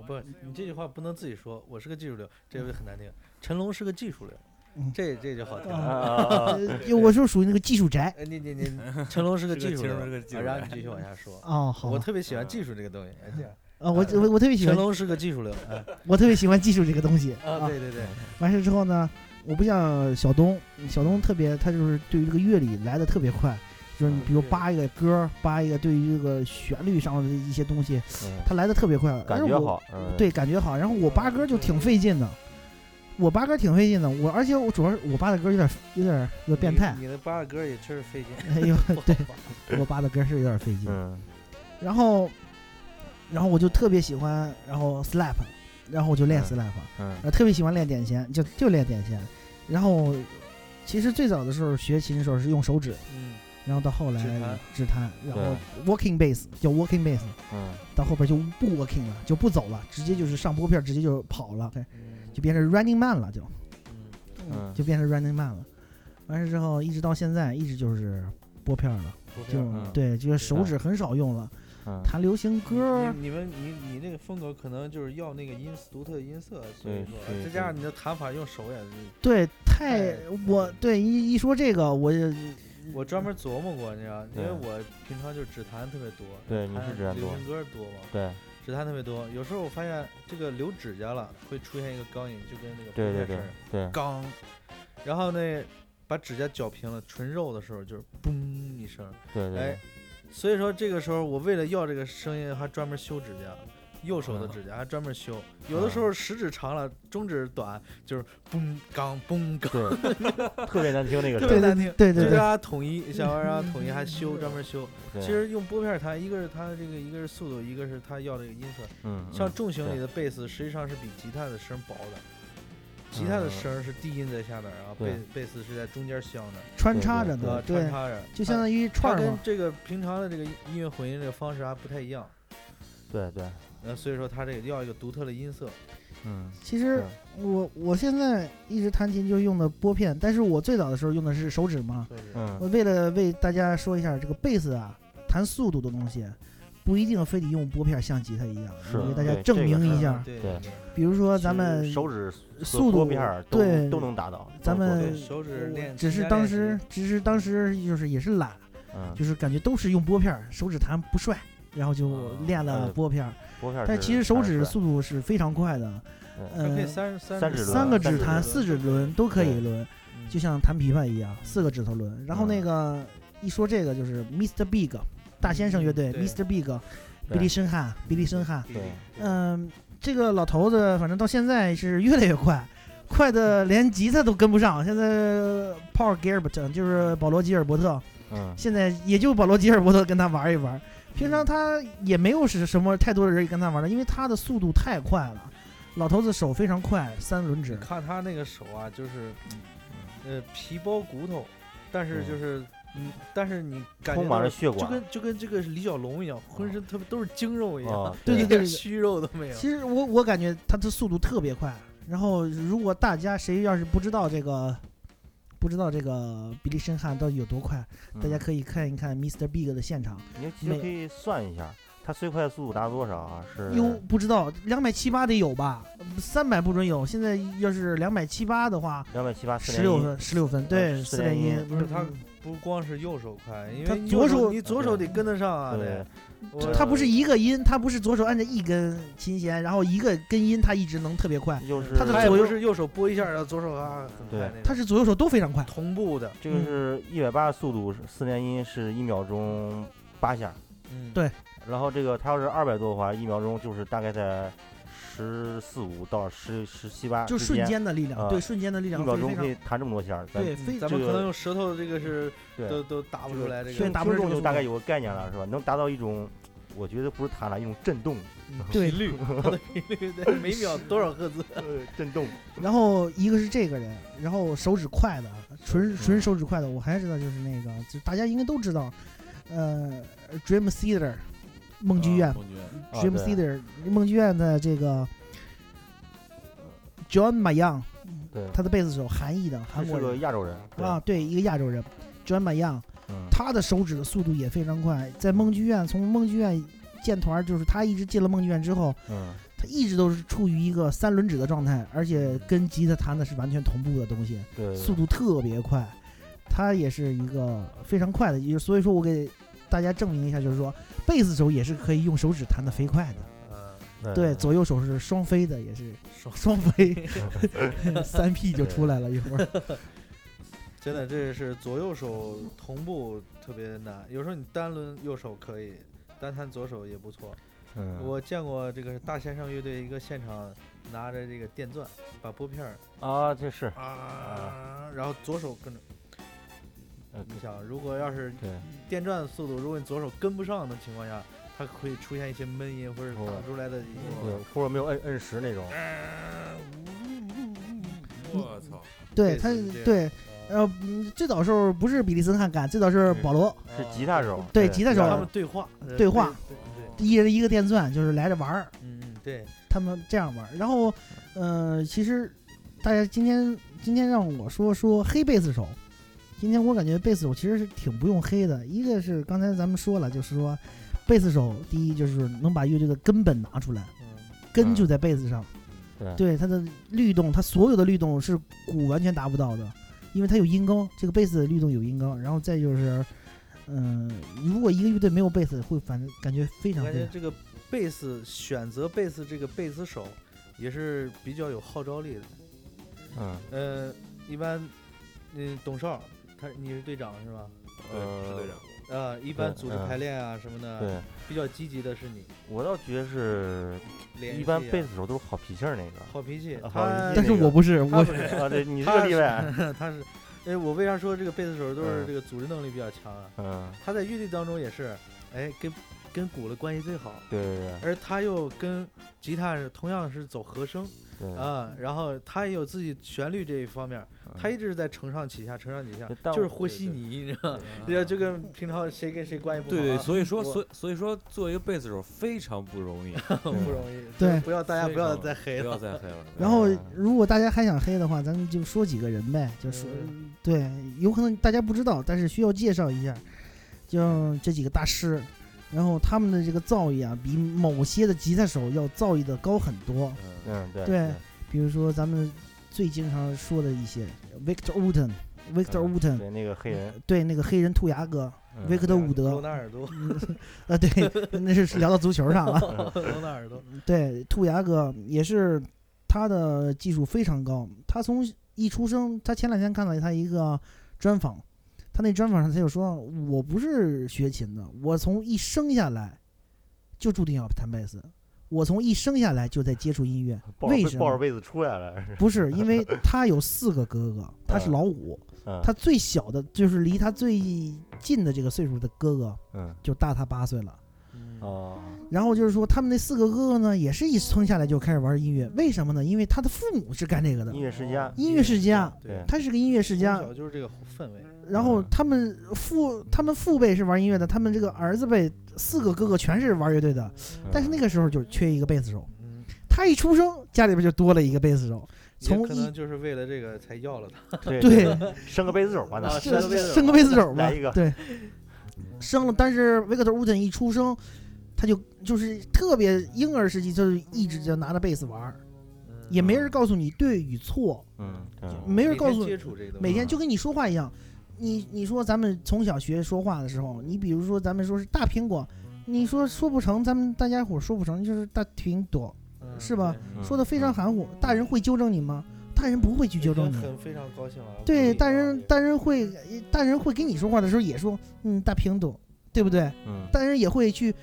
[SPEAKER 5] 不是你这句话不能自己说，我是个技术流，这个很难听。成龙是个技术流
[SPEAKER 4] 嗯，
[SPEAKER 5] 这这就好听
[SPEAKER 2] 啊
[SPEAKER 5] 了。
[SPEAKER 2] 啊啊 啊
[SPEAKER 4] 呃，就我是属于那个技术
[SPEAKER 2] 嗯
[SPEAKER 4] 宅。
[SPEAKER 5] 呃，你你你，成龙是个
[SPEAKER 3] 是个
[SPEAKER 5] 技术
[SPEAKER 3] 技
[SPEAKER 5] 流
[SPEAKER 3] 术是个技，
[SPEAKER 5] 啊
[SPEAKER 3] 术
[SPEAKER 5] 然后
[SPEAKER 3] 流
[SPEAKER 5] 你继续往下说。
[SPEAKER 4] 哦，好
[SPEAKER 5] 我
[SPEAKER 4] 吧，
[SPEAKER 5] 特别喜欢技术这个东西，哎这样
[SPEAKER 4] 啊，我我我特别喜
[SPEAKER 5] 成
[SPEAKER 4] 欢，
[SPEAKER 5] 龙是个技术流，哎
[SPEAKER 4] 我特别喜欢技术这个东西
[SPEAKER 5] 啊，对对对，
[SPEAKER 4] 完事之后呢，我不像小东，小东特别，他就是对于这个乐理来的特别快，就是你比如
[SPEAKER 5] 嗯对
[SPEAKER 4] 扒一个歌儿，扒一个对于这个旋律上的一些东西，
[SPEAKER 2] 嗯
[SPEAKER 4] 他来的特别快，
[SPEAKER 2] 感
[SPEAKER 4] 而
[SPEAKER 2] 觉
[SPEAKER 4] 哎我，
[SPEAKER 2] 好，嗯，
[SPEAKER 4] 对，感觉好。然后我扒歌就挺费劲的，我扒歌挺费劲的，我而且我主要是我扒的歌有点有点有点变态
[SPEAKER 2] 嗯
[SPEAKER 5] 你，你的八个歌也确实费劲。
[SPEAKER 4] 哎呦，对
[SPEAKER 5] 不好吧
[SPEAKER 4] 我扒的歌是有点费劲。
[SPEAKER 2] 嗯，
[SPEAKER 4] 然后，然后我就特别喜欢，然后 slap，然后我就练
[SPEAKER 2] 嗯
[SPEAKER 4] slap。
[SPEAKER 2] 嗯
[SPEAKER 4] 啊，特别喜欢练点弦，就就练点弦。然后，其实最早的时候学琴的时候是用手指，
[SPEAKER 5] 嗯，
[SPEAKER 4] 然然后到后来
[SPEAKER 5] 指弹
[SPEAKER 4] 指弹，然后
[SPEAKER 2] 对
[SPEAKER 4] walking bass 叫 walking bass，
[SPEAKER 2] 嗯，
[SPEAKER 4] 到后边就不 walking 了，就不走了，直接就是上拨片儿，直接就跑了，对就变成 running man 了，就
[SPEAKER 5] 嗯
[SPEAKER 2] 嗯
[SPEAKER 4] 就变成 running man 了。完事之后，一直到现在，一直就是拨片儿了，
[SPEAKER 5] 拨片
[SPEAKER 4] 就
[SPEAKER 5] 儿
[SPEAKER 2] 嗯
[SPEAKER 4] 对，就是手指很少用了，
[SPEAKER 2] 嗯，
[SPEAKER 4] 弹流行歌儿，
[SPEAKER 5] 你你们你你那个风格可能就是要那个音色独特的音色，所
[SPEAKER 2] 对
[SPEAKER 5] 以说啊
[SPEAKER 2] 对
[SPEAKER 5] 再加上你的弹法用手也是，
[SPEAKER 4] 对，太
[SPEAKER 5] 太
[SPEAKER 4] 我对一一说这个，我也
[SPEAKER 5] 我专门琢磨过，你知道，因
[SPEAKER 2] 对
[SPEAKER 5] 为我平常就只弹特别多，
[SPEAKER 2] 对你是
[SPEAKER 5] 弹
[SPEAKER 2] 指弹
[SPEAKER 5] 流
[SPEAKER 2] 多
[SPEAKER 5] 行歌多嘛，
[SPEAKER 2] 对
[SPEAKER 5] 只弹特别多。有时候我发现这个留指甲了，会出现一个钢音，就跟那个
[SPEAKER 2] 对对
[SPEAKER 5] 拨片
[SPEAKER 2] 对
[SPEAKER 5] 似的
[SPEAKER 2] 对，
[SPEAKER 5] 刚，然后呢，把指甲绞平了，纯肉的时候就是嘣一声，
[SPEAKER 2] 对对
[SPEAKER 5] 哎
[SPEAKER 2] 对，
[SPEAKER 5] 所以说这个时候我为了要这个声音，还专门修指甲，右手
[SPEAKER 2] 嗯
[SPEAKER 5] 的指甲还专门修，有的时候食指长了，中指短，就是嘣刚嘣刚，
[SPEAKER 2] 对，特别难听那个
[SPEAKER 5] 特
[SPEAKER 2] 声
[SPEAKER 5] 别
[SPEAKER 2] 儿，
[SPEAKER 5] 难听。
[SPEAKER 4] 对
[SPEAKER 5] 就
[SPEAKER 4] 对
[SPEAKER 5] 是
[SPEAKER 4] 对，
[SPEAKER 5] 它统一，想要让它啊统一，还修专门修。
[SPEAKER 2] 对
[SPEAKER 5] 其实用拨片弹，一个是它这个，一个是速度，一个是它要这个音色。
[SPEAKER 2] 嗯，嗯
[SPEAKER 5] 像重型里
[SPEAKER 2] 对
[SPEAKER 5] 的贝斯，实际上是比吉他的声薄的，吉他的声是低音在下边，然后贝
[SPEAKER 2] 对
[SPEAKER 5] 贝斯是在中间镶着，
[SPEAKER 4] 穿插着
[SPEAKER 5] 呃
[SPEAKER 4] 的，，
[SPEAKER 5] 穿
[SPEAKER 4] 对，
[SPEAKER 5] 插着，
[SPEAKER 4] 就相当于
[SPEAKER 5] 它
[SPEAKER 4] 串儿
[SPEAKER 5] 跟
[SPEAKER 4] 嘛，
[SPEAKER 5] 这个平常的这个音乐混音这个方式还不太一样，
[SPEAKER 2] 对对，
[SPEAKER 5] 呃，所以说它这个要一个独特的音色，
[SPEAKER 2] 嗯，
[SPEAKER 4] 其实我我现在一直弹琴就用的拨片，但是我最早的时候用的是手指嘛。
[SPEAKER 5] 所以说
[SPEAKER 2] 嗯
[SPEAKER 4] 我为了为大家说一下这个贝斯啊，弹速度的东西，不一定非得用拨片，像吉他一样。
[SPEAKER 2] 是
[SPEAKER 4] 我给大家
[SPEAKER 2] 对
[SPEAKER 4] 证
[SPEAKER 2] 这个
[SPEAKER 4] 明
[SPEAKER 2] 是
[SPEAKER 4] 一下，
[SPEAKER 5] 对
[SPEAKER 2] 对
[SPEAKER 4] 比如说咱们
[SPEAKER 2] 手指
[SPEAKER 4] 速
[SPEAKER 2] 多
[SPEAKER 4] 度
[SPEAKER 2] 片儿都
[SPEAKER 4] 对
[SPEAKER 2] 都能达到，都
[SPEAKER 4] 咱
[SPEAKER 2] 能做
[SPEAKER 4] 们
[SPEAKER 2] 对
[SPEAKER 5] 手指练
[SPEAKER 4] 只是
[SPEAKER 5] 增加
[SPEAKER 4] 当
[SPEAKER 5] 练习
[SPEAKER 4] 时只是当时就是也是懒，
[SPEAKER 2] 嗯，
[SPEAKER 4] 就是感觉都是用拨片儿，手指弹不帅，然后
[SPEAKER 5] 啊
[SPEAKER 4] 就
[SPEAKER 2] 嗯
[SPEAKER 4] 练了拨片儿。
[SPEAKER 2] 拨片儿是
[SPEAKER 4] 但其实手指
[SPEAKER 2] 32
[SPEAKER 4] 速度是非常快的，
[SPEAKER 2] 对
[SPEAKER 5] 还可
[SPEAKER 4] 呃
[SPEAKER 5] 以，三三
[SPEAKER 2] 三嗯指轮
[SPEAKER 4] 三个
[SPEAKER 2] 三
[SPEAKER 4] 指
[SPEAKER 2] 指
[SPEAKER 4] 弹、
[SPEAKER 2] 轮
[SPEAKER 4] 四指轮都可以
[SPEAKER 2] 对
[SPEAKER 4] 轮。
[SPEAKER 5] 嗯
[SPEAKER 4] 就像弹琵琶一样，四个指头轮。然后那
[SPEAKER 2] 嗯
[SPEAKER 4] 个一说这个就是 Mr. Big，大先生乐队
[SPEAKER 5] 嗯对
[SPEAKER 4] Mr. Big，比
[SPEAKER 2] 对
[SPEAKER 4] 利申汉，比利申汉。
[SPEAKER 5] 对
[SPEAKER 2] 对
[SPEAKER 4] 嗯，这个老头子反正到现在是越来越快，快的连吉他都跟不上。现在 Paul Gilbert 就是保罗吉尔伯特，
[SPEAKER 2] 嗯
[SPEAKER 4] 现在也就保罗吉尔伯特跟他玩一玩。平常他也没有是什么太多的人跟他玩的，因为他的速度太快了。老头子手非常快，三轮
[SPEAKER 5] 你
[SPEAKER 4] 指。
[SPEAKER 5] 看他那个手啊，就是呃皮包骨头，但是就是嗯，但是你感觉
[SPEAKER 2] 充满
[SPEAKER 5] 到
[SPEAKER 2] 了血
[SPEAKER 5] 就
[SPEAKER 2] 管
[SPEAKER 5] 跟就跟这个李小龙一样，浑身特别都是精肉一样
[SPEAKER 2] 啊，，
[SPEAKER 4] 对
[SPEAKER 5] 一
[SPEAKER 4] 对
[SPEAKER 5] 点虚肉都没有。
[SPEAKER 4] 其实我我感觉他的速度特别快。然后，如果大家谁要是不知道这个，不知道这个比利申汉到底有多快，大家
[SPEAKER 2] 嗯
[SPEAKER 4] 可以看一看 Mr. Big 的现场。
[SPEAKER 2] 你其实
[SPEAKER 4] 每
[SPEAKER 2] 可以算一下，它最快速度达到多少啊？是
[SPEAKER 4] 哟，不知道两百七八得有吧？三百不准有。现在要是两百七八的话，
[SPEAKER 2] 两百七八啊四
[SPEAKER 4] 十
[SPEAKER 2] 连
[SPEAKER 4] 六
[SPEAKER 2] 一啊
[SPEAKER 4] 分，十六分，对，
[SPEAKER 2] 四
[SPEAKER 4] 四连
[SPEAKER 2] 连
[SPEAKER 4] 一嗯
[SPEAKER 2] 一。
[SPEAKER 5] 不是他不光是右手快，因
[SPEAKER 4] 他
[SPEAKER 5] 为你
[SPEAKER 4] 左
[SPEAKER 5] 右
[SPEAKER 4] 手
[SPEAKER 5] 你左手得跟得上啊。
[SPEAKER 2] 对
[SPEAKER 5] 得，
[SPEAKER 4] 他
[SPEAKER 5] 我
[SPEAKER 4] 他不是一个音，他不是左手按着一根琴弦，然后一个根音他一直能特别快，
[SPEAKER 2] 又是
[SPEAKER 4] 它的
[SPEAKER 5] 他也
[SPEAKER 4] 左
[SPEAKER 5] 不
[SPEAKER 4] 右
[SPEAKER 5] 是右手拨一下，然后左手啊很
[SPEAKER 2] 对
[SPEAKER 5] 快那种，
[SPEAKER 4] 他是左右手都非常快。
[SPEAKER 2] 啊
[SPEAKER 5] 同步的，
[SPEAKER 2] 这
[SPEAKER 4] 嗯
[SPEAKER 2] 个是一百八速度，四连音是一秒钟八下，
[SPEAKER 5] 嗯，
[SPEAKER 4] 对
[SPEAKER 2] 然后这个它要是二百多的话，一秒钟就是大概在十四五到十十七八
[SPEAKER 4] 就
[SPEAKER 2] 之
[SPEAKER 4] 瞬
[SPEAKER 2] 间，
[SPEAKER 4] 间的力量，
[SPEAKER 2] 啊
[SPEAKER 4] 对瞬间的力
[SPEAKER 2] 一
[SPEAKER 4] 量，
[SPEAKER 2] 秒
[SPEAKER 4] 对
[SPEAKER 2] 钟
[SPEAKER 4] 非
[SPEAKER 2] 可
[SPEAKER 4] 常
[SPEAKER 2] 以弹这么多下儿，咱
[SPEAKER 4] 对非
[SPEAKER 5] 嗯咱
[SPEAKER 2] 这
[SPEAKER 5] 们
[SPEAKER 2] 个
[SPEAKER 5] 可能用舌头这个是
[SPEAKER 2] 对
[SPEAKER 5] 都都打不出来这
[SPEAKER 4] 对
[SPEAKER 5] 个
[SPEAKER 4] 打不
[SPEAKER 2] 听
[SPEAKER 4] 出
[SPEAKER 2] 众
[SPEAKER 4] 来这个
[SPEAKER 2] 就
[SPEAKER 4] 速
[SPEAKER 2] 大概
[SPEAKER 4] 度
[SPEAKER 2] 有个概念了，是吧？能达到一种，我觉得不是弹了，一种震动，
[SPEAKER 4] 对
[SPEAKER 5] 频率， 它的频率得每秒多少赫兹？
[SPEAKER 2] 呃，震动，
[SPEAKER 4] 然后一个是这个人，然后手指快的，
[SPEAKER 2] 嗯
[SPEAKER 4] 纯纯手指快的，我还知道就是那个，就大家应该都知道，呃，Dream Theater，梦剧院、
[SPEAKER 3] 梦剧院，
[SPEAKER 2] 啊
[SPEAKER 4] d r e a m
[SPEAKER 2] 对
[SPEAKER 4] Theater，梦剧院的这个 John Mayan，
[SPEAKER 2] 对，
[SPEAKER 4] 他的贝斯手，韩裔的
[SPEAKER 2] 嗯他
[SPEAKER 4] 韩
[SPEAKER 2] 是
[SPEAKER 4] 国
[SPEAKER 2] 个
[SPEAKER 4] 人
[SPEAKER 2] 亚洲人，对
[SPEAKER 4] 啊，，对，一个亚洲人，John Mayan，
[SPEAKER 2] 嗯，
[SPEAKER 4] 他的手指的速度也非常快，在梦剧院，从梦剧院建团，就是他一直进了梦剧院之后，
[SPEAKER 2] 嗯，
[SPEAKER 4] 他一直都是处于一个三轮指的状态，而且跟吉他弹的是完全同步的东西。
[SPEAKER 2] 对对，
[SPEAKER 4] 速度特别快，他也是一个非常快的，也所以说我给大家证明一下，就是说贝斯手也是可以用手指弹的飞快的，
[SPEAKER 2] 对
[SPEAKER 5] 嗯，
[SPEAKER 4] 对，左右手是双飞的，也是
[SPEAKER 5] 爽。
[SPEAKER 4] 双 飞，三 P 就出来了一会儿，
[SPEAKER 5] 真的，这是左右手同步特别难。有时候你单轮右手可以，单弹左手也不错。
[SPEAKER 2] 嗯，
[SPEAKER 5] 我见过这个大先生乐队一个现场拿着这个电钻，把拨片儿
[SPEAKER 2] 啊，这是，
[SPEAKER 5] 啊，然后左手跟着。
[SPEAKER 2] 呃
[SPEAKER 5] 你想，如果要是
[SPEAKER 2] 对，
[SPEAKER 5] 电钻速度，如果你左手跟不上的情况下，它会出现一些闷音或者
[SPEAKER 2] 哦
[SPEAKER 5] 打出来的一
[SPEAKER 2] 对
[SPEAKER 5] 些。，
[SPEAKER 2] 或者没有摁摁十那种，
[SPEAKER 3] 我操，
[SPEAKER 4] 对
[SPEAKER 5] 贝
[SPEAKER 4] 他
[SPEAKER 5] 斯是这样
[SPEAKER 4] 对，呃，嗯最早时候不是比利森汉敢，最早是保罗
[SPEAKER 2] 是吉他手，
[SPEAKER 4] 对吉他手
[SPEAKER 5] 呃他们对话，呃
[SPEAKER 4] 对话，
[SPEAKER 5] 对对，对
[SPEAKER 4] 一人一个电钻，就是来这玩儿，
[SPEAKER 5] 嗯嗯对，
[SPEAKER 4] 他们这样玩儿。然后，呃，其实大家今天今天让我说说黑贝斯手，今天我感觉贝斯手其实是挺不用黑的。一个是刚才咱们说了，就是说贝斯手第一就是能把乐队的根本拿出来，
[SPEAKER 5] 嗯
[SPEAKER 4] 根就在贝斯上，
[SPEAKER 2] 对
[SPEAKER 4] 对它的律动，它所有的律动是鼓完全达不到的，因为它有音高，这个贝斯的律动有音高。然后再就是，嗯、如果一个乐队没有贝斯，会反正感觉非
[SPEAKER 5] 我
[SPEAKER 4] 常
[SPEAKER 5] 感
[SPEAKER 4] 非常
[SPEAKER 5] 觉。这个贝斯选择贝斯这个贝斯手也是比较有号召力的。
[SPEAKER 2] 嗯
[SPEAKER 5] 呃，一般，嗯、董少，他你是队长是吧？
[SPEAKER 3] 对，是队长。
[SPEAKER 5] 啊，一般
[SPEAKER 2] 对
[SPEAKER 5] 组织
[SPEAKER 2] 嗯
[SPEAKER 5] 排练啊什么的，
[SPEAKER 2] 呃对，
[SPEAKER 5] 比较积极的是你，
[SPEAKER 2] 我倒觉得是
[SPEAKER 5] 联
[SPEAKER 2] 一般
[SPEAKER 5] 系啊
[SPEAKER 2] 贝斯手都是好脾气儿那个。
[SPEAKER 5] 好脾气，
[SPEAKER 2] 啊好
[SPEAKER 5] 他
[SPEAKER 2] 脾
[SPEAKER 4] 但
[SPEAKER 2] 气
[SPEAKER 4] 是我不是，
[SPEAKER 5] 他
[SPEAKER 4] 我
[SPEAKER 5] 不是
[SPEAKER 2] 啊，对，你这个例外，啊
[SPEAKER 5] 他是，哎，我为啥说这个贝斯手都是
[SPEAKER 2] 嗯
[SPEAKER 5] 这个组织能力比较强啊？
[SPEAKER 2] 嗯，
[SPEAKER 5] 他在乐队当中也是，哎，跟跟鼓的关系最好，
[SPEAKER 2] 对对对
[SPEAKER 5] 而他又跟吉他是同样是走和声
[SPEAKER 2] 对，
[SPEAKER 5] 啊，然后他也有自己旋律这一方面儿，
[SPEAKER 2] 嗯
[SPEAKER 5] 他一直是在承上启下，承上启下，
[SPEAKER 2] 但
[SPEAKER 5] 就是
[SPEAKER 2] 我啊
[SPEAKER 5] 和稀泥，你知道吗？对，就 跟平常谁跟谁关系不好
[SPEAKER 3] 嗯对
[SPEAKER 5] 啊，
[SPEAKER 3] 对，所以说，
[SPEAKER 5] 我
[SPEAKER 3] 所以所以说，做一个贝斯手非常不容易，
[SPEAKER 5] 很不容易。
[SPEAKER 4] 对
[SPEAKER 5] 不要大家
[SPEAKER 3] 非
[SPEAKER 5] 不要
[SPEAKER 3] 常
[SPEAKER 5] 再黑
[SPEAKER 3] 不
[SPEAKER 5] 了
[SPEAKER 3] 要。再黑了。
[SPEAKER 4] 然后，如果大家还想黑的话，咱们就说几个人呗，就说、
[SPEAKER 5] 嗯
[SPEAKER 4] 对，有可能大家不知道，但是需要介绍一下，就这几个大师，然后他们的这个造诣啊，比某些的吉他手要造诣的高很多。
[SPEAKER 3] 嗯，
[SPEAKER 2] 嗯对
[SPEAKER 4] 对比如说咱们最经常说的一些，Victor Wooten，Victor
[SPEAKER 2] 嗯
[SPEAKER 4] Wooten，、
[SPEAKER 2] 对那个黑人
[SPEAKER 4] 对那个黑人兔牙哥
[SPEAKER 2] 嗯
[SPEAKER 4] 维克特伍
[SPEAKER 5] 罗
[SPEAKER 4] 德
[SPEAKER 5] 纳，尔多，
[SPEAKER 4] 啊，对，那是聊到足球上了。
[SPEAKER 5] 罗纳尔多，
[SPEAKER 2] 嗯
[SPEAKER 4] 对，兔牙哥也是他的技术非常高。他从一出生，他前两天看到他一个专访，他那专访上他就说：“我不是学琴的，我从一生下来就注定要弹贝斯，我从一生下来就在接触音乐。
[SPEAKER 2] 抱
[SPEAKER 4] 为
[SPEAKER 2] 着
[SPEAKER 4] 什
[SPEAKER 2] 抱着
[SPEAKER 4] 么？
[SPEAKER 2] 被子出来了，是
[SPEAKER 4] 不是因为他有四个哥哥，他是
[SPEAKER 2] 嗯
[SPEAKER 4] 老五，
[SPEAKER 2] 嗯
[SPEAKER 4] 他最小的就是离他最近的这个岁数的哥哥
[SPEAKER 2] 嗯
[SPEAKER 4] 就大他八岁了。”
[SPEAKER 5] 嗯
[SPEAKER 2] 哦
[SPEAKER 4] 然后就是说，他们那四个哥哥呢，也是一生下来就开始玩音乐，为什么呢？因为他的父母是干这个的
[SPEAKER 2] 音，乐世
[SPEAKER 5] 哦
[SPEAKER 2] 家
[SPEAKER 4] 音乐世家，
[SPEAKER 5] 对，
[SPEAKER 4] 他是个音乐世
[SPEAKER 5] 从
[SPEAKER 4] 家。
[SPEAKER 5] 小就是这个氛围，
[SPEAKER 2] 嗯
[SPEAKER 4] 然后他们父他们父辈是玩音乐的，他们这个儿子辈四个哥哥全是玩乐队的，
[SPEAKER 2] 嗯
[SPEAKER 4] 但是那个时候就缺一个贝斯手，
[SPEAKER 5] 嗯，
[SPEAKER 4] 他一出生家里边就多了一个贝斯手，
[SPEAKER 5] 也
[SPEAKER 4] 从
[SPEAKER 5] 可
[SPEAKER 4] 一
[SPEAKER 5] 能就是为了这个才要了他，
[SPEAKER 2] 对
[SPEAKER 4] 对
[SPEAKER 2] 生个贝斯手吧那
[SPEAKER 5] 啊
[SPEAKER 4] 是
[SPEAKER 5] 生个贝斯手
[SPEAKER 4] 生个贝斯手吧
[SPEAKER 2] 来一个，
[SPEAKER 4] 对，生了。但是维克特·伍顿一出生，他就就是特别婴儿时期，就是一直就拿着贝斯玩儿，
[SPEAKER 5] 嗯哦
[SPEAKER 4] 也没人告诉你对与错，
[SPEAKER 2] 嗯嗯
[SPEAKER 4] 没人告诉
[SPEAKER 5] 每天接
[SPEAKER 4] 你，
[SPEAKER 5] 触嗯这个东西，
[SPEAKER 4] 每天就跟你说话一样。你你说咱们从小学说话的时候，你比如说咱们说是大苹果，你说说不成，咱们大家伙说不成就是大苹果，
[SPEAKER 5] 嗯
[SPEAKER 4] 是吧？
[SPEAKER 2] 嗯
[SPEAKER 4] 说的非常含糊。大人会纠正你吗？大人不会去
[SPEAKER 5] 对
[SPEAKER 4] 纠正
[SPEAKER 5] 已经
[SPEAKER 4] 你。
[SPEAKER 5] 很非常高兴了。鼓励
[SPEAKER 4] 对，
[SPEAKER 5] 啊
[SPEAKER 4] 大人
[SPEAKER 5] 这个
[SPEAKER 4] 大人会呃大人会跟你说话的时候也说，嗯，大苹果，对不对？
[SPEAKER 2] 嗯
[SPEAKER 4] 大人也会去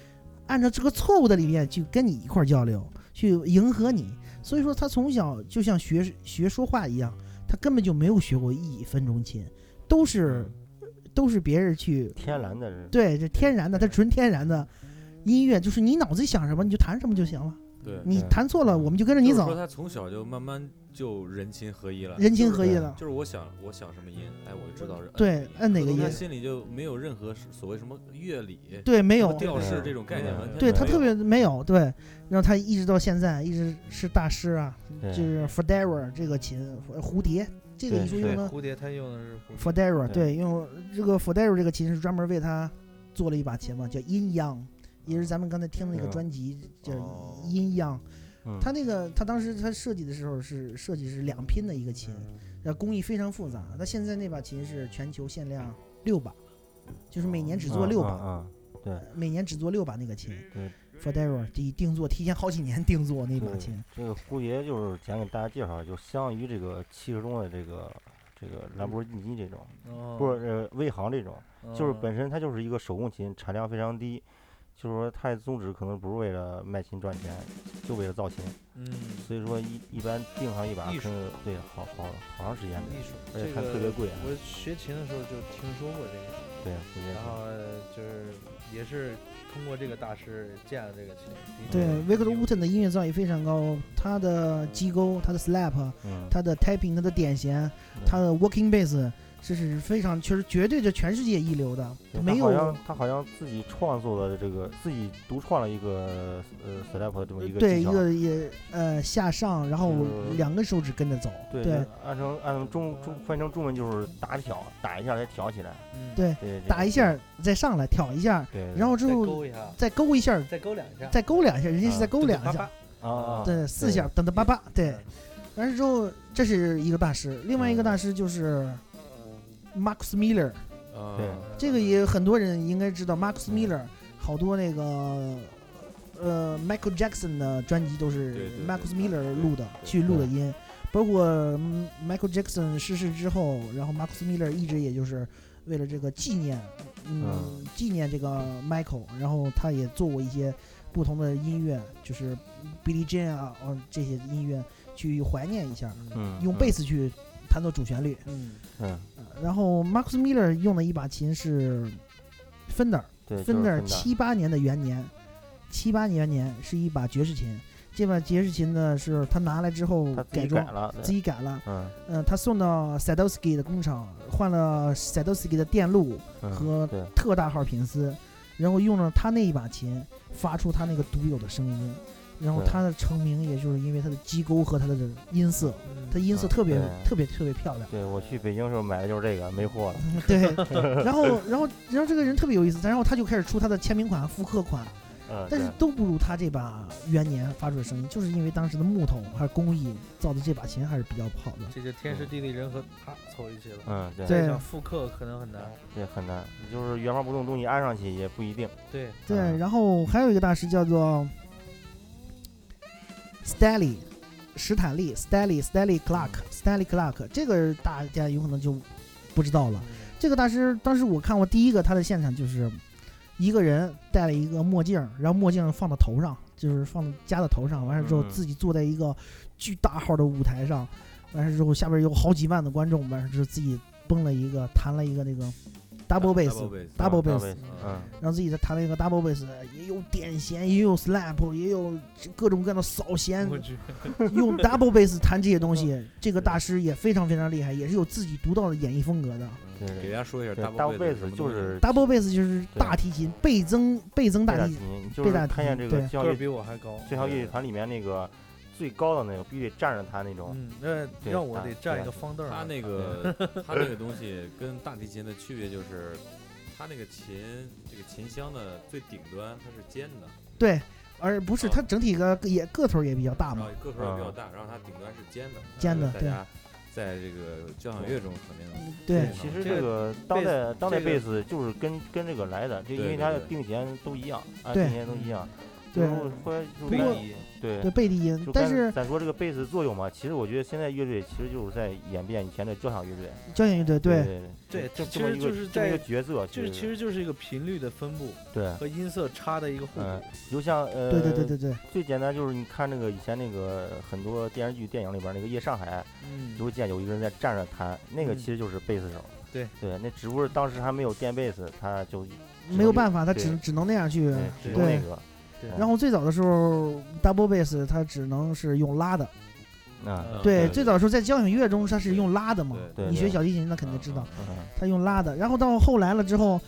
[SPEAKER 4] 按照这个错误的里面去跟你一块儿交流，去迎合你。所以说，他从小就像学学说话一样，他根本就没有学过一分钟琴，都是
[SPEAKER 2] 嗯
[SPEAKER 4] 都是别人去
[SPEAKER 2] 天然的是
[SPEAKER 4] 对，这天然的，它纯天然的音乐，就是你脑子想什么你就弹什么就行了，
[SPEAKER 3] 对，
[SPEAKER 4] 你
[SPEAKER 2] 对
[SPEAKER 4] 弹错了我们就跟着嗯你
[SPEAKER 3] 就是说
[SPEAKER 4] 走，
[SPEAKER 3] 他从小就慢慢就人琴合一了，
[SPEAKER 4] 人琴合一
[SPEAKER 2] 对
[SPEAKER 4] 了。
[SPEAKER 3] 就是我想我想什么音，哎，我就知道是
[SPEAKER 4] 对，按哪个音
[SPEAKER 3] 他？心里就没有任何所谓什么乐理、
[SPEAKER 4] 对，没有，
[SPEAKER 3] 调式这种概念，
[SPEAKER 2] 对
[SPEAKER 3] 完全
[SPEAKER 4] 对
[SPEAKER 3] 没
[SPEAKER 4] 他
[SPEAKER 3] 有
[SPEAKER 4] 特别没有对，然后他一直到现在一直是大师啊，
[SPEAKER 2] 对
[SPEAKER 4] 就是 f o d e r a 这个琴呃蝴蝶这个
[SPEAKER 2] 对
[SPEAKER 4] 艺术
[SPEAKER 2] 对
[SPEAKER 4] 用的
[SPEAKER 5] 蝴蝶他用的是蝴
[SPEAKER 4] f o d e r a
[SPEAKER 2] 对
[SPEAKER 4] 对，用这个 f o d e r a 这个琴是专门为他做了一把琴嘛，叫阴阳，也是咱们刚才听的那个
[SPEAKER 2] 嗯
[SPEAKER 4] 专辑叫
[SPEAKER 3] 哦
[SPEAKER 4] 阴阳。
[SPEAKER 2] 嗯
[SPEAKER 4] 他那个他当时他设计的时候是设计是两拼的一个琴，
[SPEAKER 2] 嗯
[SPEAKER 4] 呃，工艺非常复杂。他现在那把琴是全球限量六把，就是每年只做六把。
[SPEAKER 2] 啊，嗯
[SPEAKER 4] 每年只做六把那个琴
[SPEAKER 2] 对
[SPEAKER 4] ，Fodero 第一定做，提前好几年定做那把
[SPEAKER 2] 对
[SPEAKER 4] 琴，
[SPEAKER 2] 这个蝴蝶就是想给大家介绍，就相当于这个汽车中的这个这个兰博基尼这种，
[SPEAKER 5] 不
[SPEAKER 2] 不是呃威航这种，
[SPEAKER 5] 哦
[SPEAKER 2] 就是
[SPEAKER 5] 嗯
[SPEAKER 2] 本身它就是一个手工琴，产量非常低，就是说它的宗旨可能不是为了卖琴赚钱，就为了造琴，
[SPEAKER 5] 嗯
[SPEAKER 2] 所以说一一般定上一把
[SPEAKER 5] 艺术
[SPEAKER 2] 可能对好好好长时间的，
[SPEAKER 5] 艺术
[SPEAKER 2] 而且
[SPEAKER 5] 这
[SPEAKER 2] 还
[SPEAKER 5] 个
[SPEAKER 2] 特别贵啊，
[SPEAKER 5] 我学琴的时候就听说过这个。
[SPEAKER 2] 对，蝴蝶
[SPEAKER 5] 然
[SPEAKER 2] 琴
[SPEAKER 5] 后就是也是通过这个大师建了这个琴。
[SPEAKER 4] 对
[SPEAKER 2] 嗯
[SPEAKER 4] 维克多·伍顿的音乐造诣非常高，他的击勾、他的 slap、
[SPEAKER 2] 嗯，
[SPEAKER 4] 他的 tapping、他的点弦、
[SPEAKER 2] 嗯
[SPEAKER 4] 他的 walking bass，这是非常确实绝对这全世界一流的，
[SPEAKER 2] 对
[SPEAKER 4] 没
[SPEAKER 2] 他好
[SPEAKER 4] 有
[SPEAKER 2] 像他好像自己创作了这个，自己独创了一个呃 step 的这么一个
[SPEAKER 4] 对
[SPEAKER 2] 技
[SPEAKER 4] 一
[SPEAKER 2] 巧。
[SPEAKER 4] 个也呃下上，然后
[SPEAKER 2] 就是
[SPEAKER 4] 两个手指跟着走，
[SPEAKER 2] 对
[SPEAKER 4] 对，
[SPEAKER 2] 按成按中中翻译成中文就是打挑，打一下再挑起来。
[SPEAKER 5] 嗯
[SPEAKER 4] 对
[SPEAKER 2] 对，这
[SPEAKER 4] 打
[SPEAKER 2] 个
[SPEAKER 4] 一下再上来挑一下，
[SPEAKER 2] 对，
[SPEAKER 4] 然后之
[SPEAKER 5] 再
[SPEAKER 4] 后
[SPEAKER 5] 勾一下，啊
[SPEAKER 4] 再勾一下，
[SPEAKER 5] 再勾两下，
[SPEAKER 4] 再勾两下，人家是
[SPEAKER 2] 啊
[SPEAKER 4] 再勾
[SPEAKER 5] 就
[SPEAKER 4] 两
[SPEAKER 5] 啪
[SPEAKER 4] 下
[SPEAKER 5] 啪，
[SPEAKER 2] 啊啊，
[SPEAKER 4] 对，四下
[SPEAKER 2] 对嗯
[SPEAKER 4] 噔噔叭叭，对
[SPEAKER 5] 嗯。
[SPEAKER 4] 完事之后，这是一个大师，另外一个大师就是 Max Miller，
[SPEAKER 3] 啊，
[SPEAKER 2] 嗯
[SPEAKER 4] 这个
[SPEAKER 5] 嗯
[SPEAKER 4] 也很多人应该知道 Max Miller，好多那个呃 Michael Jackson 的专辑
[SPEAKER 3] 对
[SPEAKER 4] 都是
[SPEAKER 3] 对对
[SPEAKER 4] Max
[SPEAKER 3] 对
[SPEAKER 4] Miller
[SPEAKER 3] 对
[SPEAKER 4] 录的，
[SPEAKER 3] 对
[SPEAKER 4] 去录的音。包括嗯 Michael Jackson 逝世之后，然后 Max Miller 一直也就是为了这个纪念，嗯
[SPEAKER 2] 嗯，
[SPEAKER 4] 纪念这个 Michael，然后他也做过一些不同的音乐，就是 Billie Jean 啊，哦这些音乐去怀念一下，
[SPEAKER 2] 嗯，
[SPEAKER 4] 用贝斯去弹奏主旋律。
[SPEAKER 5] 嗯，
[SPEAKER 2] 嗯，
[SPEAKER 4] 呃然后 Max Miller 用的一把琴是芬德尔，
[SPEAKER 2] 嗯对，
[SPEAKER 4] 芬德
[SPEAKER 2] 点
[SPEAKER 4] 尔七八年的元年，七八年年是一把爵士琴。这把爵士琴呢，是他拿来之后
[SPEAKER 2] 他自
[SPEAKER 4] 改
[SPEAKER 2] 己
[SPEAKER 4] 装
[SPEAKER 2] 改，了，
[SPEAKER 4] 自
[SPEAKER 2] 对
[SPEAKER 4] 己改了。
[SPEAKER 2] 嗯
[SPEAKER 4] 嗯，他送到 Sadowski 的工厂，换了 Sadowski 的电路
[SPEAKER 2] 嗯
[SPEAKER 4] 和
[SPEAKER 2] 对
[SPEAKER 4] 特大号品丝，然后用了他那一把琴，发出他那个独有的声音。然后
[SPEAKER 2] 对
[SPEAKER 4] 他的成名，也就是因为他的机构和他的音色，他音色
[SPEAKER 2] 嗯
[SPEAKER 4] 特别
[SPEAKER 2] 对
[SPEAKER 4] 特别特别漂亮。
[SPEAKER 2] 对，我去北京的时候买的就是这个，没货了。
[SPEAKER 4] 嗯对，然后然后然后这个人特别有意思，然后他就开始出他的签名款、复刻款，
[SPEAKER 2] 嗯，
[SPEAKER 4] 但是
[SPEAKER 2] 对
[SPEAKER 4] 都不如他这把元年发出的声音，就是因为当时的木头还是工艺造的这把琴还是比较好的。
[SPEAKER 5] 这就天时地利人和，啪凑一起了。
[SPEAKER 2] 嗯，对
[SPEAKER 4] 对
[SPEAKER 5] 想复刻可能很难。
[SPEAKER 2] 对，很难，就是原封不动东西安上去也不一定。
[SPEAKER 5] 对，
[SPEAKER 4] 对，
[SPEAKER 2] 嗯
[SPEAKER 4] 然后还有一个大师叫做 Stanley 史坦利 Stanley Stanley Clark Stanley Clark，这个大家有可能就不知
[SPEAKER 5] 嗯
[SPEAKER 4] 道了。这个大师当时我看过第一个他的现场，就是一个人戴了一个墨镜，然后墨镜放到头上，就是放到夹到头上，完事之后
[SPEAKER 2] 嗯
[SPEAKER 4] 自己坐在一个巨大号的舞台上，完事之后下边有好几万的观众，完事之后自己崩了一个弹了一个那个啊 double bass，double
[SPEAKER 2] 嗯
[SPEAKER 4] bass
[SPEAKER 2] 贝斯，嗯，
[SPEAKER 4] 然后自己再弹了一个 double bass，也有点弦，也有 slap，也有各种各样的扫弦，
[SPEAKER 5] 我去，
[SPEAKER 4] 用 double bass 弹这些东西，这个大师也非常非常厉害，也是有自己独到的演绎风格的。
[SPEAKER 3] 嗯
[SPEAKER 2] 对
[SPEAKER 3] 给大家说一下
[SPEAKER 2] 对
[SPEAKER 3] ，double bass
[SPEAKER 2] ，double bass 就是
[SPEAKER 4] 大 double bass 就是大提琴倍增倍增
[SPEAKER 2] 贝
[SPEAKER 4] 大
[SPEAKER 2] 塔
[SPEAKER 4] 提
[SPEAKER 2] 琴
[SPEAKER 4] 琴，，
[SPEAKER 2] 就
[SPEAKER 4] 贝
[SPEAKER 2] 是
[SPEAKER 4] 塔
[SPEAKER 2] 看见这
[SPEAKER 4] 琴
[SPEAKER 2] 个交
[SPEAKER 5] 个
[SPEAKER 4] 对
[SPEAKER 2] 响
[SPEAKER 5] 儿
[SPEAKER 2] 乐
[SPEAKER 5] 比我还高。
[SPEAKER 2] 交响乐团里面那个最高的那个，必须得站着弹那种。
[SPEAKER 5] 嗯，那
[SPEAKER 2] 对
[SPEAKER 5] 让我
[SPEAKER 2] 大
[SPEAKER 5] 得
[SPEAKER 2] 对
[SPEAKER 5] 占一
[SPEAKER 2] 大
[SPEAKER 5] 个方凳儿
[SPEAKER 3] 他
[SPEAKER 5] 啊。
[SPEAKER 3] 那 个他那个东西跟大提琴的区别就是，他那个琴这个琴箱的最顶端它是尖的，
[SPEAKER 4] 对，而不是
[SPEAKER 3] 啊
[SPEAKER 4] 它整体个也个头儿也比较大
[SPEAKER 3] 然
[SPEAKER 4] 嘛
[SPEAKER 3] 后，个头儿也比
[SPEAKER 5] 啊
[SPEAKER 3] 较大，然后它顶端是尖的，
[SPEAKER 4] 啊尖的
[SPEAKER 3] 大
[SPEAKER 4] 对
[SPEAKER 3] 家在这个交响乐中肯定
[SPEAKER 4] 对
[SPEAKER 2] 其
[SPEAKER 3] 嗯
[SPEAKER 2] 实
[SPEAKER 5] 这
[SPEAKER 2] 这个当代当代
[SPEAKER 5] 这个
[SPEAKER 2] 贝斯就是跟跟这个来的，就因
[SPEAKER 3] 对
[SPEAKER 2] 为
[SPEAKER 3] 对
[SPEAKER 2] 它的
[SPEAKER 3] 对
[SPEAKER 2] 定弦都一样，按
[SPEAKER 4] 对嗯
[SPEAKER 2] 定弦都一样。
[SPEAKER 4] 对
[SPEAKER 2] 然后后来就
[SPEAKER 5] 不
[SPEAKER 2] 干
[SPEAKER 5] 过
[SPEAKER 2] 对
[SPEAKER 4] 对，贝低音
[SPEAKER 2] 就，
[SPEAKER 4] 但
[SPEAKER 2] 刚
[SPEAKER 4] 是
[SPEAKER 2] 咱说这个贝斯作用嘛，其实我觉得现在乐队其实就是在演变以前的交响乐队。
[SPEAKER 4] 交响乐队对
[SPEAKER 2] 对
[SPEAKER 5] 对
[SPEAKER 2] 就
[SPEAKER 5] 其
[SPEAKER 2] 这么
[SPEAKER 5] 实
[SPEAKER 2] 一个
[SPEAKER 5] 就是
[SPEAKER 2] 这么一个
[SPEAKER 5] 在
[SPEAKER 2] 角色，
[SPEAKER 5] 就是其实就是一个频率的分布
[SPEAKER 2] 对。
[SPEAKER 5] 和音色差的一个互
[SPEAKER 2] 嗯
[SPEAKER 5] 补。，
[SPEAKER 2] 就像呃，
[SPEAKER 4] 对对对对对，
[SPEAKER 2] 最简单就是你看那个以前那个很多电视剧、电影里边那个《夜上海》，
[SPEAKER 5] 嗯
[SPEAKER 2] 就，会见有一个人在站着弹，那个
[SPEAKER 5] 嗯
[SPEAKER 2] 其实就是贝斯手。
[SPEAKER 5] 对
[SPEAKER 2] 对，那只不过当时还没有电贝斯，他就
[SPEAKER 4] 没有办法，它
[SPEAKER 2] 对
[SPEAKER 4] 只只能那样去。
[SPEAKER 2] 对只
[SPEAKER 5] 对
[SPEAKER 2] 用那个
[SPEAKER 5] 对
[SPEAKER 4] 然后最早的时候，double bass 它只能是用拉的，
[SPEAKER 2] 啊，
[SPEAKER 3] 嗯
[SPEAKER 4] 对，
[SPEAKER 3] 对
[SPEAKER 4] 最早的时候在交响乐中它是用拉的嘛
[SPEAKER 3] 对，啊
[SPEAKER 2] 对
[SPEAKER 4] 你学
[SPEAKER 2] 对
[SPEAKER 4] 小提琴那肯定知
[SPEAKER 5] 呃
[SPEAKER 4] 道，
[SPEAKER 2] 嗯
[SPEAKER 4] 它用拉的。然后到后来了之后，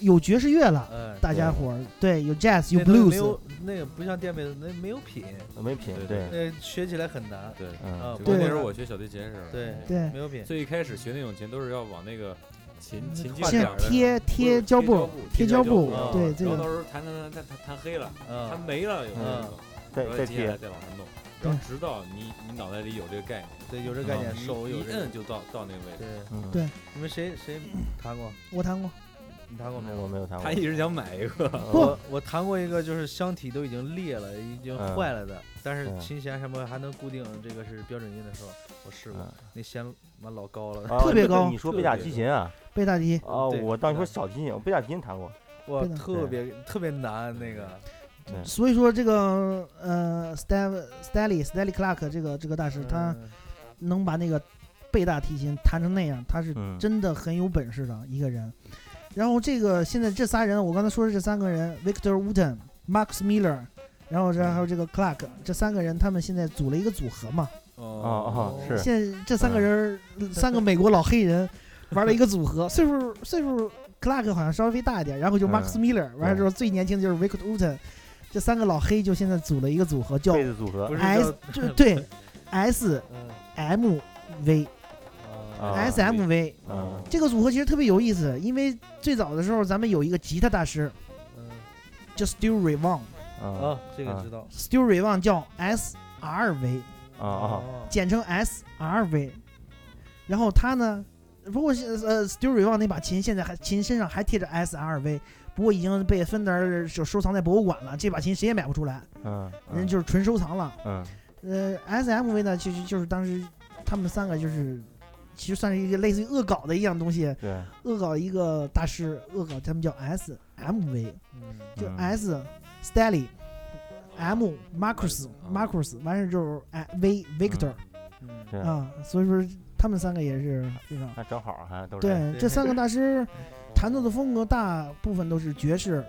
[SPEAKER 4] 有爵士乐了，
[SPEAKER 5] 哎，
[SPEAKER 4] 大家
[SPEAKER 2] 对
[SPEAKER 4] 伙儿对有 jazz 有
[SPEAKER 5] 那东西没
[SPEAKER 4] blues，
[SPEAKER 5] 有那个不像电贝斯，那没有品，
[SPEAKER 2] 没品
[SPEAKER 3] 对对
[SPEAKER 2] 对，
[SPEAKER 5] 那学起来很难。
[SPEAKER 3] 对。
[SPEAKER 2] 嗯
[SPEAKER 5] 啊，
[SPEAKER 3] 就
[SPEAKER 4] 对
[SPEAKER 3] 跟那时候我学小提琴似的，
[SPEAKER 5] 对
[SPEAKER 4] 对
[SPEAKER 5] 没有品。
[SPEAKER 3] 最一开始学那种琴都是要往那个琴琴键
[SPEAKER 5] 画
[SPEAKER 4] 现
[SPEAKER 5] 点
[SPEAKER 4] 在
[SPEAKER 5] 儿
[SPEAKER 3] 上
[SPEAKER 4] 嗯贴贴胶布儿，贴胶布
[SPEAKER 5] 儿
[SPEAKER 4] 儿，
[SPEAKER 5] 啊
[SPEAKER 4] 对这
[SPEAKER 3] 然后到时
[SPEAKER 4] 个
[SPEAKER 3] 候弹弹弹弹弹弹黑了，弹
[SPEAKER 5] 嗯，
[SPEAKER 3] 没了有
[SPEAKER 2] 嗯
[SPEAKER 3] 的时候，
[SPEAKER 2] 再
[SPEAKER 3] 然后
[SPEAKER 2] 再
[SPEAKER 3] 接下来
[SPEAKER 2] 贴，
[SPEAKER 3] 再往上弄，
[SPEAKER 4] 对
[SPEAKER 3] 然后直到你你脑袋里有这个概念，
[SPEAKER 5] 对，有这概念，
[SPEAKER 3] 嗯你
[SPEAKER 5] 手有
[SPEAKER 3] 一
[SPEAKER 5] 这个
[SPEAKER 3] 摁。就到到那个位置。
[SPEAKER 5] 对，
[SPEAKER 2] 嗯
[SPEAKER 4] 对
[SPEAKER 5] 你们谁谁弹过？
[SPEAKER 4] 我弹过。
[SPEAKER 5] 你弹过没有？
[SPEAKER 2] 嗯我没有弹过
[SPEAKER 3] 他一。直想买一个，
[SPEAKER 2] 呃
[SPEAKER 4] 不
[SPEAKER 2] 我
[SPEAKER 5] 我弹过一个，就是箱体都已经裂了，已经
[SPEAKER 2] 嗯
[SPEAKER 5] 坏了的，但是
[SPEAKER 2] 嗯
[SPEAKER 5] 琴弦什么还能固定，这个是标准音的时候，我试过
[SPEAKER 2] 嗯，
[SPEAKER 5] 那弦妈老高了，
[SPEAKER 2] 啊
[SPEAKER 4] 特别
[SPEAKER 2] 那个
[SPEAKER 4] 高
[SPEAKER 2] 你说贝塔提琴啊？
[SPEAKER 4] 贝塔提，
[SPEAKER 2] 啊，
[SPEAKER 5] 对
[SPEAKER 2] 我当时说小提琴，我贝塔提琴弹过。
[SPEAKER 5] 哇，
[SPEAKER 4] 真的
[SPEAKER 5] 特别特别难那个，
[SPEAKER 2] 对
[SPEAKER 4] 所以说这个呃 s t a n Stanley Stanley Clark 这个这个大师，他
[SPEAKER 5] 嗯
[SPEAKER 4] 能把那个贝大提琴弹成那样，他是
[SPEAKER 2] 嗯
[SPEAKER 4] 真的很有本事的一个人。然后这个现在这仨人，我刚才说的这三个人，Victor Wooten、Max Miller，然后这还有这个 Clark，这三个人他们现在组
[SPEAKER 5] 哦
[SPEAKER 4] 了一个组合嘛。哦
[SPEAKER 2] 啊啊，是
[SPEAKER 4] 嗯现在这三个人儿，三个美国老黑人玩了一个组合，岁数岁数 Clark 好像稍微大一点，然后就
[SPEAKER 2] 嗯
[SPEAKER 4] Max Miller，完了之后最年轻的就是 Rick Rutan，这三个老黑就现在组了一个组合叫
[SPEAKER 2] 贝斯组合
[SPEAKER 5] 不是叫
[SPEAKER 4] S，就对 S
[SPEAKER 5] 嗯
[SPEAKER 4] M V
[SPEAKER 5] 啊
[SPEAKER 2] 啊
[SPEAKER 4] S M V
[SPEAKER 2] 嗯
[SPEAKER 4] 这个组合其实特别有意思，因为最早的时候咱们有一个吉他大师
[SPEAKER 5] 嗯
[SPEAKER 4] 叫 Stu Revon，
[SPEAKER 2] 啊
[SPEAKER 4] 哦
[SPEAKER 5] 啊，这个知道
[SPEAKER 4] Stu Revon 叫 S R V，
[SPEAKER 2] 啊
[SPEAKER 4] 哦
[SPEAKER 2] 啊，
[SPEAKER 5] 哦
[SPEAKER 4] 简称 S R V。然后他呢，不过是呃，Stu Revon 那把琴现在还琴身上还贴着 S R V，不过已经被芬德尔就收藏在博物馆了，这把琴谁也买不出来，
[SPEAKER 2] 嗯，
[SPEAKER 4] 人
[SPEAKER 2] 嗯
[SPEAKER 4] 就是纯收藏了。
[SPEAKER 2] 嗯
[SPEAKER 4] 呃，S M V 呢，其实就是当时他们三个就是。其实算是一个类似于恶搞的一样东西，
[SPEAKER 2] 对，
[SPEAKER 4] 恶搞一个大师，恶搞他们叫 S M V，
[SPEAKER 5] 嗯
[SPEAKER 4] 就
[SPEAKER 2] 嗯
[SPEAKER 4] S Stanley M Marcus
[SPEAKER 3] 啊
[SPEAKER 4] Marcus，完事就是啊 I- V Victor
[SPEAKER 5] 嗯
[SPEAKER 2] 对
[SPEAKER 4] 啊，所以说他们三个也是非常
[SPEAKER 2] 那正好儿还都是
[SPEAKER 4] 对
[SPEAKER 5] 对
[SPEAKER 4] 这三个大
[SPEAKER 2] 嗯
[SPEAKER 4] 师弹奏的风格大部分都是爵士、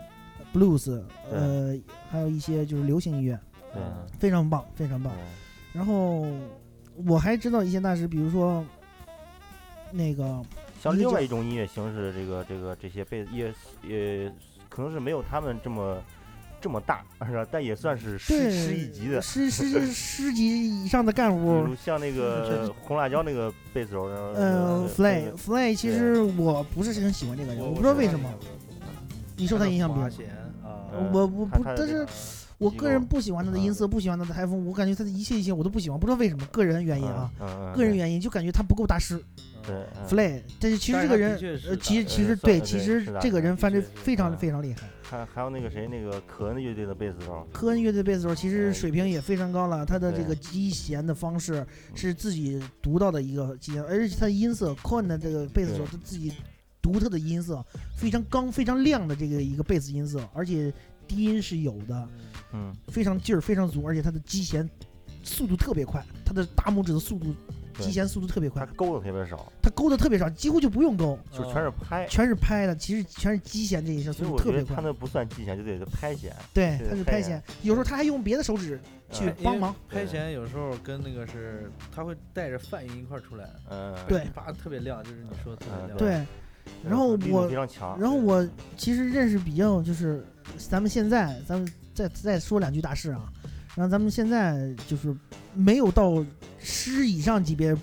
[SPEAKER 4] blues，呃，还有一些就是流行音乐，
[SPEAKER 2] 对
[SPEAKER 4] 非常棒，非常棒。
[SPEAKER 2] 对
[SPEAKER 4] 然后我还知道一些大师，比如说那个
[SPEAKER 2] 像
[SPEAKER 4] 一
[SPEAKER 2] 另
[SPEAKER 4] 个叫
[SPEAKER 2] 外一种音乐形式的这个这个这些贝也也可能是没有他们这么这么大，是吧？但也算是师
[SPEAKER 4] 对
[SPEAKER 2] 师一级的，
[SPEAKER 4] 师师 师师级以上的干
[SPEAKER 2] 比
[SPEAKER 4] 部，
[SPEAKER 2] 如像那个红辣椒那个贝斯手，然后
[SPEAKER 4] 呃
[SPEAKER 2] 那个
[SPEAKER 4] ，Fly Fly，其
[SPEAKER 2] 对
[SPEAKER 4] 实我不是很喜欢这个人，我不知道为什么，你受他影响比较
[SPEAKER 5] 滑。弦啊，嗯
[SPEAKER 2] 嗯
[SPEAKER 4] 我我
[SPEAKER 2] 他
[SPEAKER 4] 不，
[SPEAKER 2] 他的
[SPEAKER 4] 但
[SPEAKER 2] 这
[SPEAKER 4] 是
[SPEAKER 2] 个
[SPEAKER 4] 我
[SPEAKER 2] 肌
[SPEAKER 4] 个人
[SPEAKER 2] 肉
[SPEAKER 4] 不喜欢他的音
[SPEAKER 2] 啊
[SPEAKER 4] 色，不喜欢他的台风，我感觉他的一切一切我都不喜欢，不知道为什么，个人原因啊，，
[SPEAKER 2] 嗯嗯嗯，
[SPEAKER 4] 个人
[SPEAKER 2] 对
[SPEAKER 4] 原因就感觉他不够大师。
[SPEAKER 5] 嗯，
[SPEAKER 2] 对嗯
[SPEAKER 4] Fly，但是其实
[SPEAKER 5] 但是
[SPEAKER 4] 这个
[SPEAKER 5] 他的
[SPEAKER 4] 人
[SPEAKER 5] 确，是
[SPEAKER 4] 呃，
[SPEAKER 5] 大
[SPEAKER 4] 其
[SPEAKER 5] 师
[SPEAKER 4] 其实
[SPEAKER 2] 算
[SPEAKER 4] 对，
[SPEAKER 2] 是
[SPEAKER 4] 其
[SPEAKER 2] 对
[SPEAKER 4] 实
[SPEAKER 2] 是大
[SPEAKER 4] 这个
[SPEAKER 2] 师
[SPEAKER 4] 人
[SPEAKER 2] 的
[SPEAKER 4] 犯罪
[SPEAKER 2] 确是
[SPEAKER 4] 非常
[SPEAKER 2] 嗯
[SPEAKER 4] 非常厉害。
[SPEAKER 2] 还还有那个谁，那个可恩乐队的贝斯手，
[SPEAKER 4] 科恩乐队贝斯手其实
[SPEAKER 2] 嗯
[SPEAKER 4] 水平也非常高了，他的这
[SPEAKER 2] 对嗯
[SPEAKER 4] 个击弦的方式是自己独到的一个击弦，而且他的音色科恩的这个贝斯手
[SPEAKER 2] 对
[SPEAKER 4] 他自己独特的音色，非常刚、非常亮的这个一个贝斯音色，而且低音是有的，
[SPEAKER 2] 嗯，
[SPEAKER 4] 非常劲儿非常足，而且他的击弦速度特别快，他的大拇指的速度
[SPEAKER 2] 对
[SPEAKER 4] 击弦速度特别
[SPEAKER 2] 他
[SPEAKER 4] 快，
[SPEAKER 2] 勾的特别少，
[SPEAKER 4] 他勾的特别少，几乎就不用勾，
[SPEAKER 2] 就全
[SPEAKER 5] 嗯
[SPEAKER 2] 是拍。
[SPEAKER 4] 全是拍的，其实全是击弦这一声
[SPEAKER 2] 其
[SPEAKER 4] 速
[SPEAKER 2] 实
[SPEAKER 4] 度
[SPEAKER 2] 我
[SPEAKER 4] 啊特
[SPEAKER 2] 觉
[SPEAKER 4] 别
[SPEAKER 2] 得他
[SPEAKER 4] 快，
[SPEAKER 2] 那不算击弦，就得是拍弦，
[SPEAKER 4] 对，
[SPEAKER 2] 对
[SPEAKER 4] 他是
[SPEAKER 2] 拍
[SPEAKER 4] 拍
[SPEAKER 2] 弦
[SPEAKER 4] 弦，有时候他还用别的手指去
[SPEAKER 2] 嗯
[SPEAKER 4] 帮忙。
[SPEAKER 5] 拍弦有时候跟那个是，它会带着泛音一块儿出来，
[SPEAKER 2] 嗯，
[SPEAKER 4] 对
[SPEAKER 5] 叭特别亮，就是你说的特别亮，
[SPEAKER 2] 对
[SPEAKER 4] 对，然后
[SPEAKER 2] 呃力度
[SPEAKER 4] 我
[SPEAKER 2] 非常强，
[SPEAKER 4] 然后我其实认识比较就是咱们现在，咱们再再说两句大事啊。然后咱们现在就是没有到师以上级别，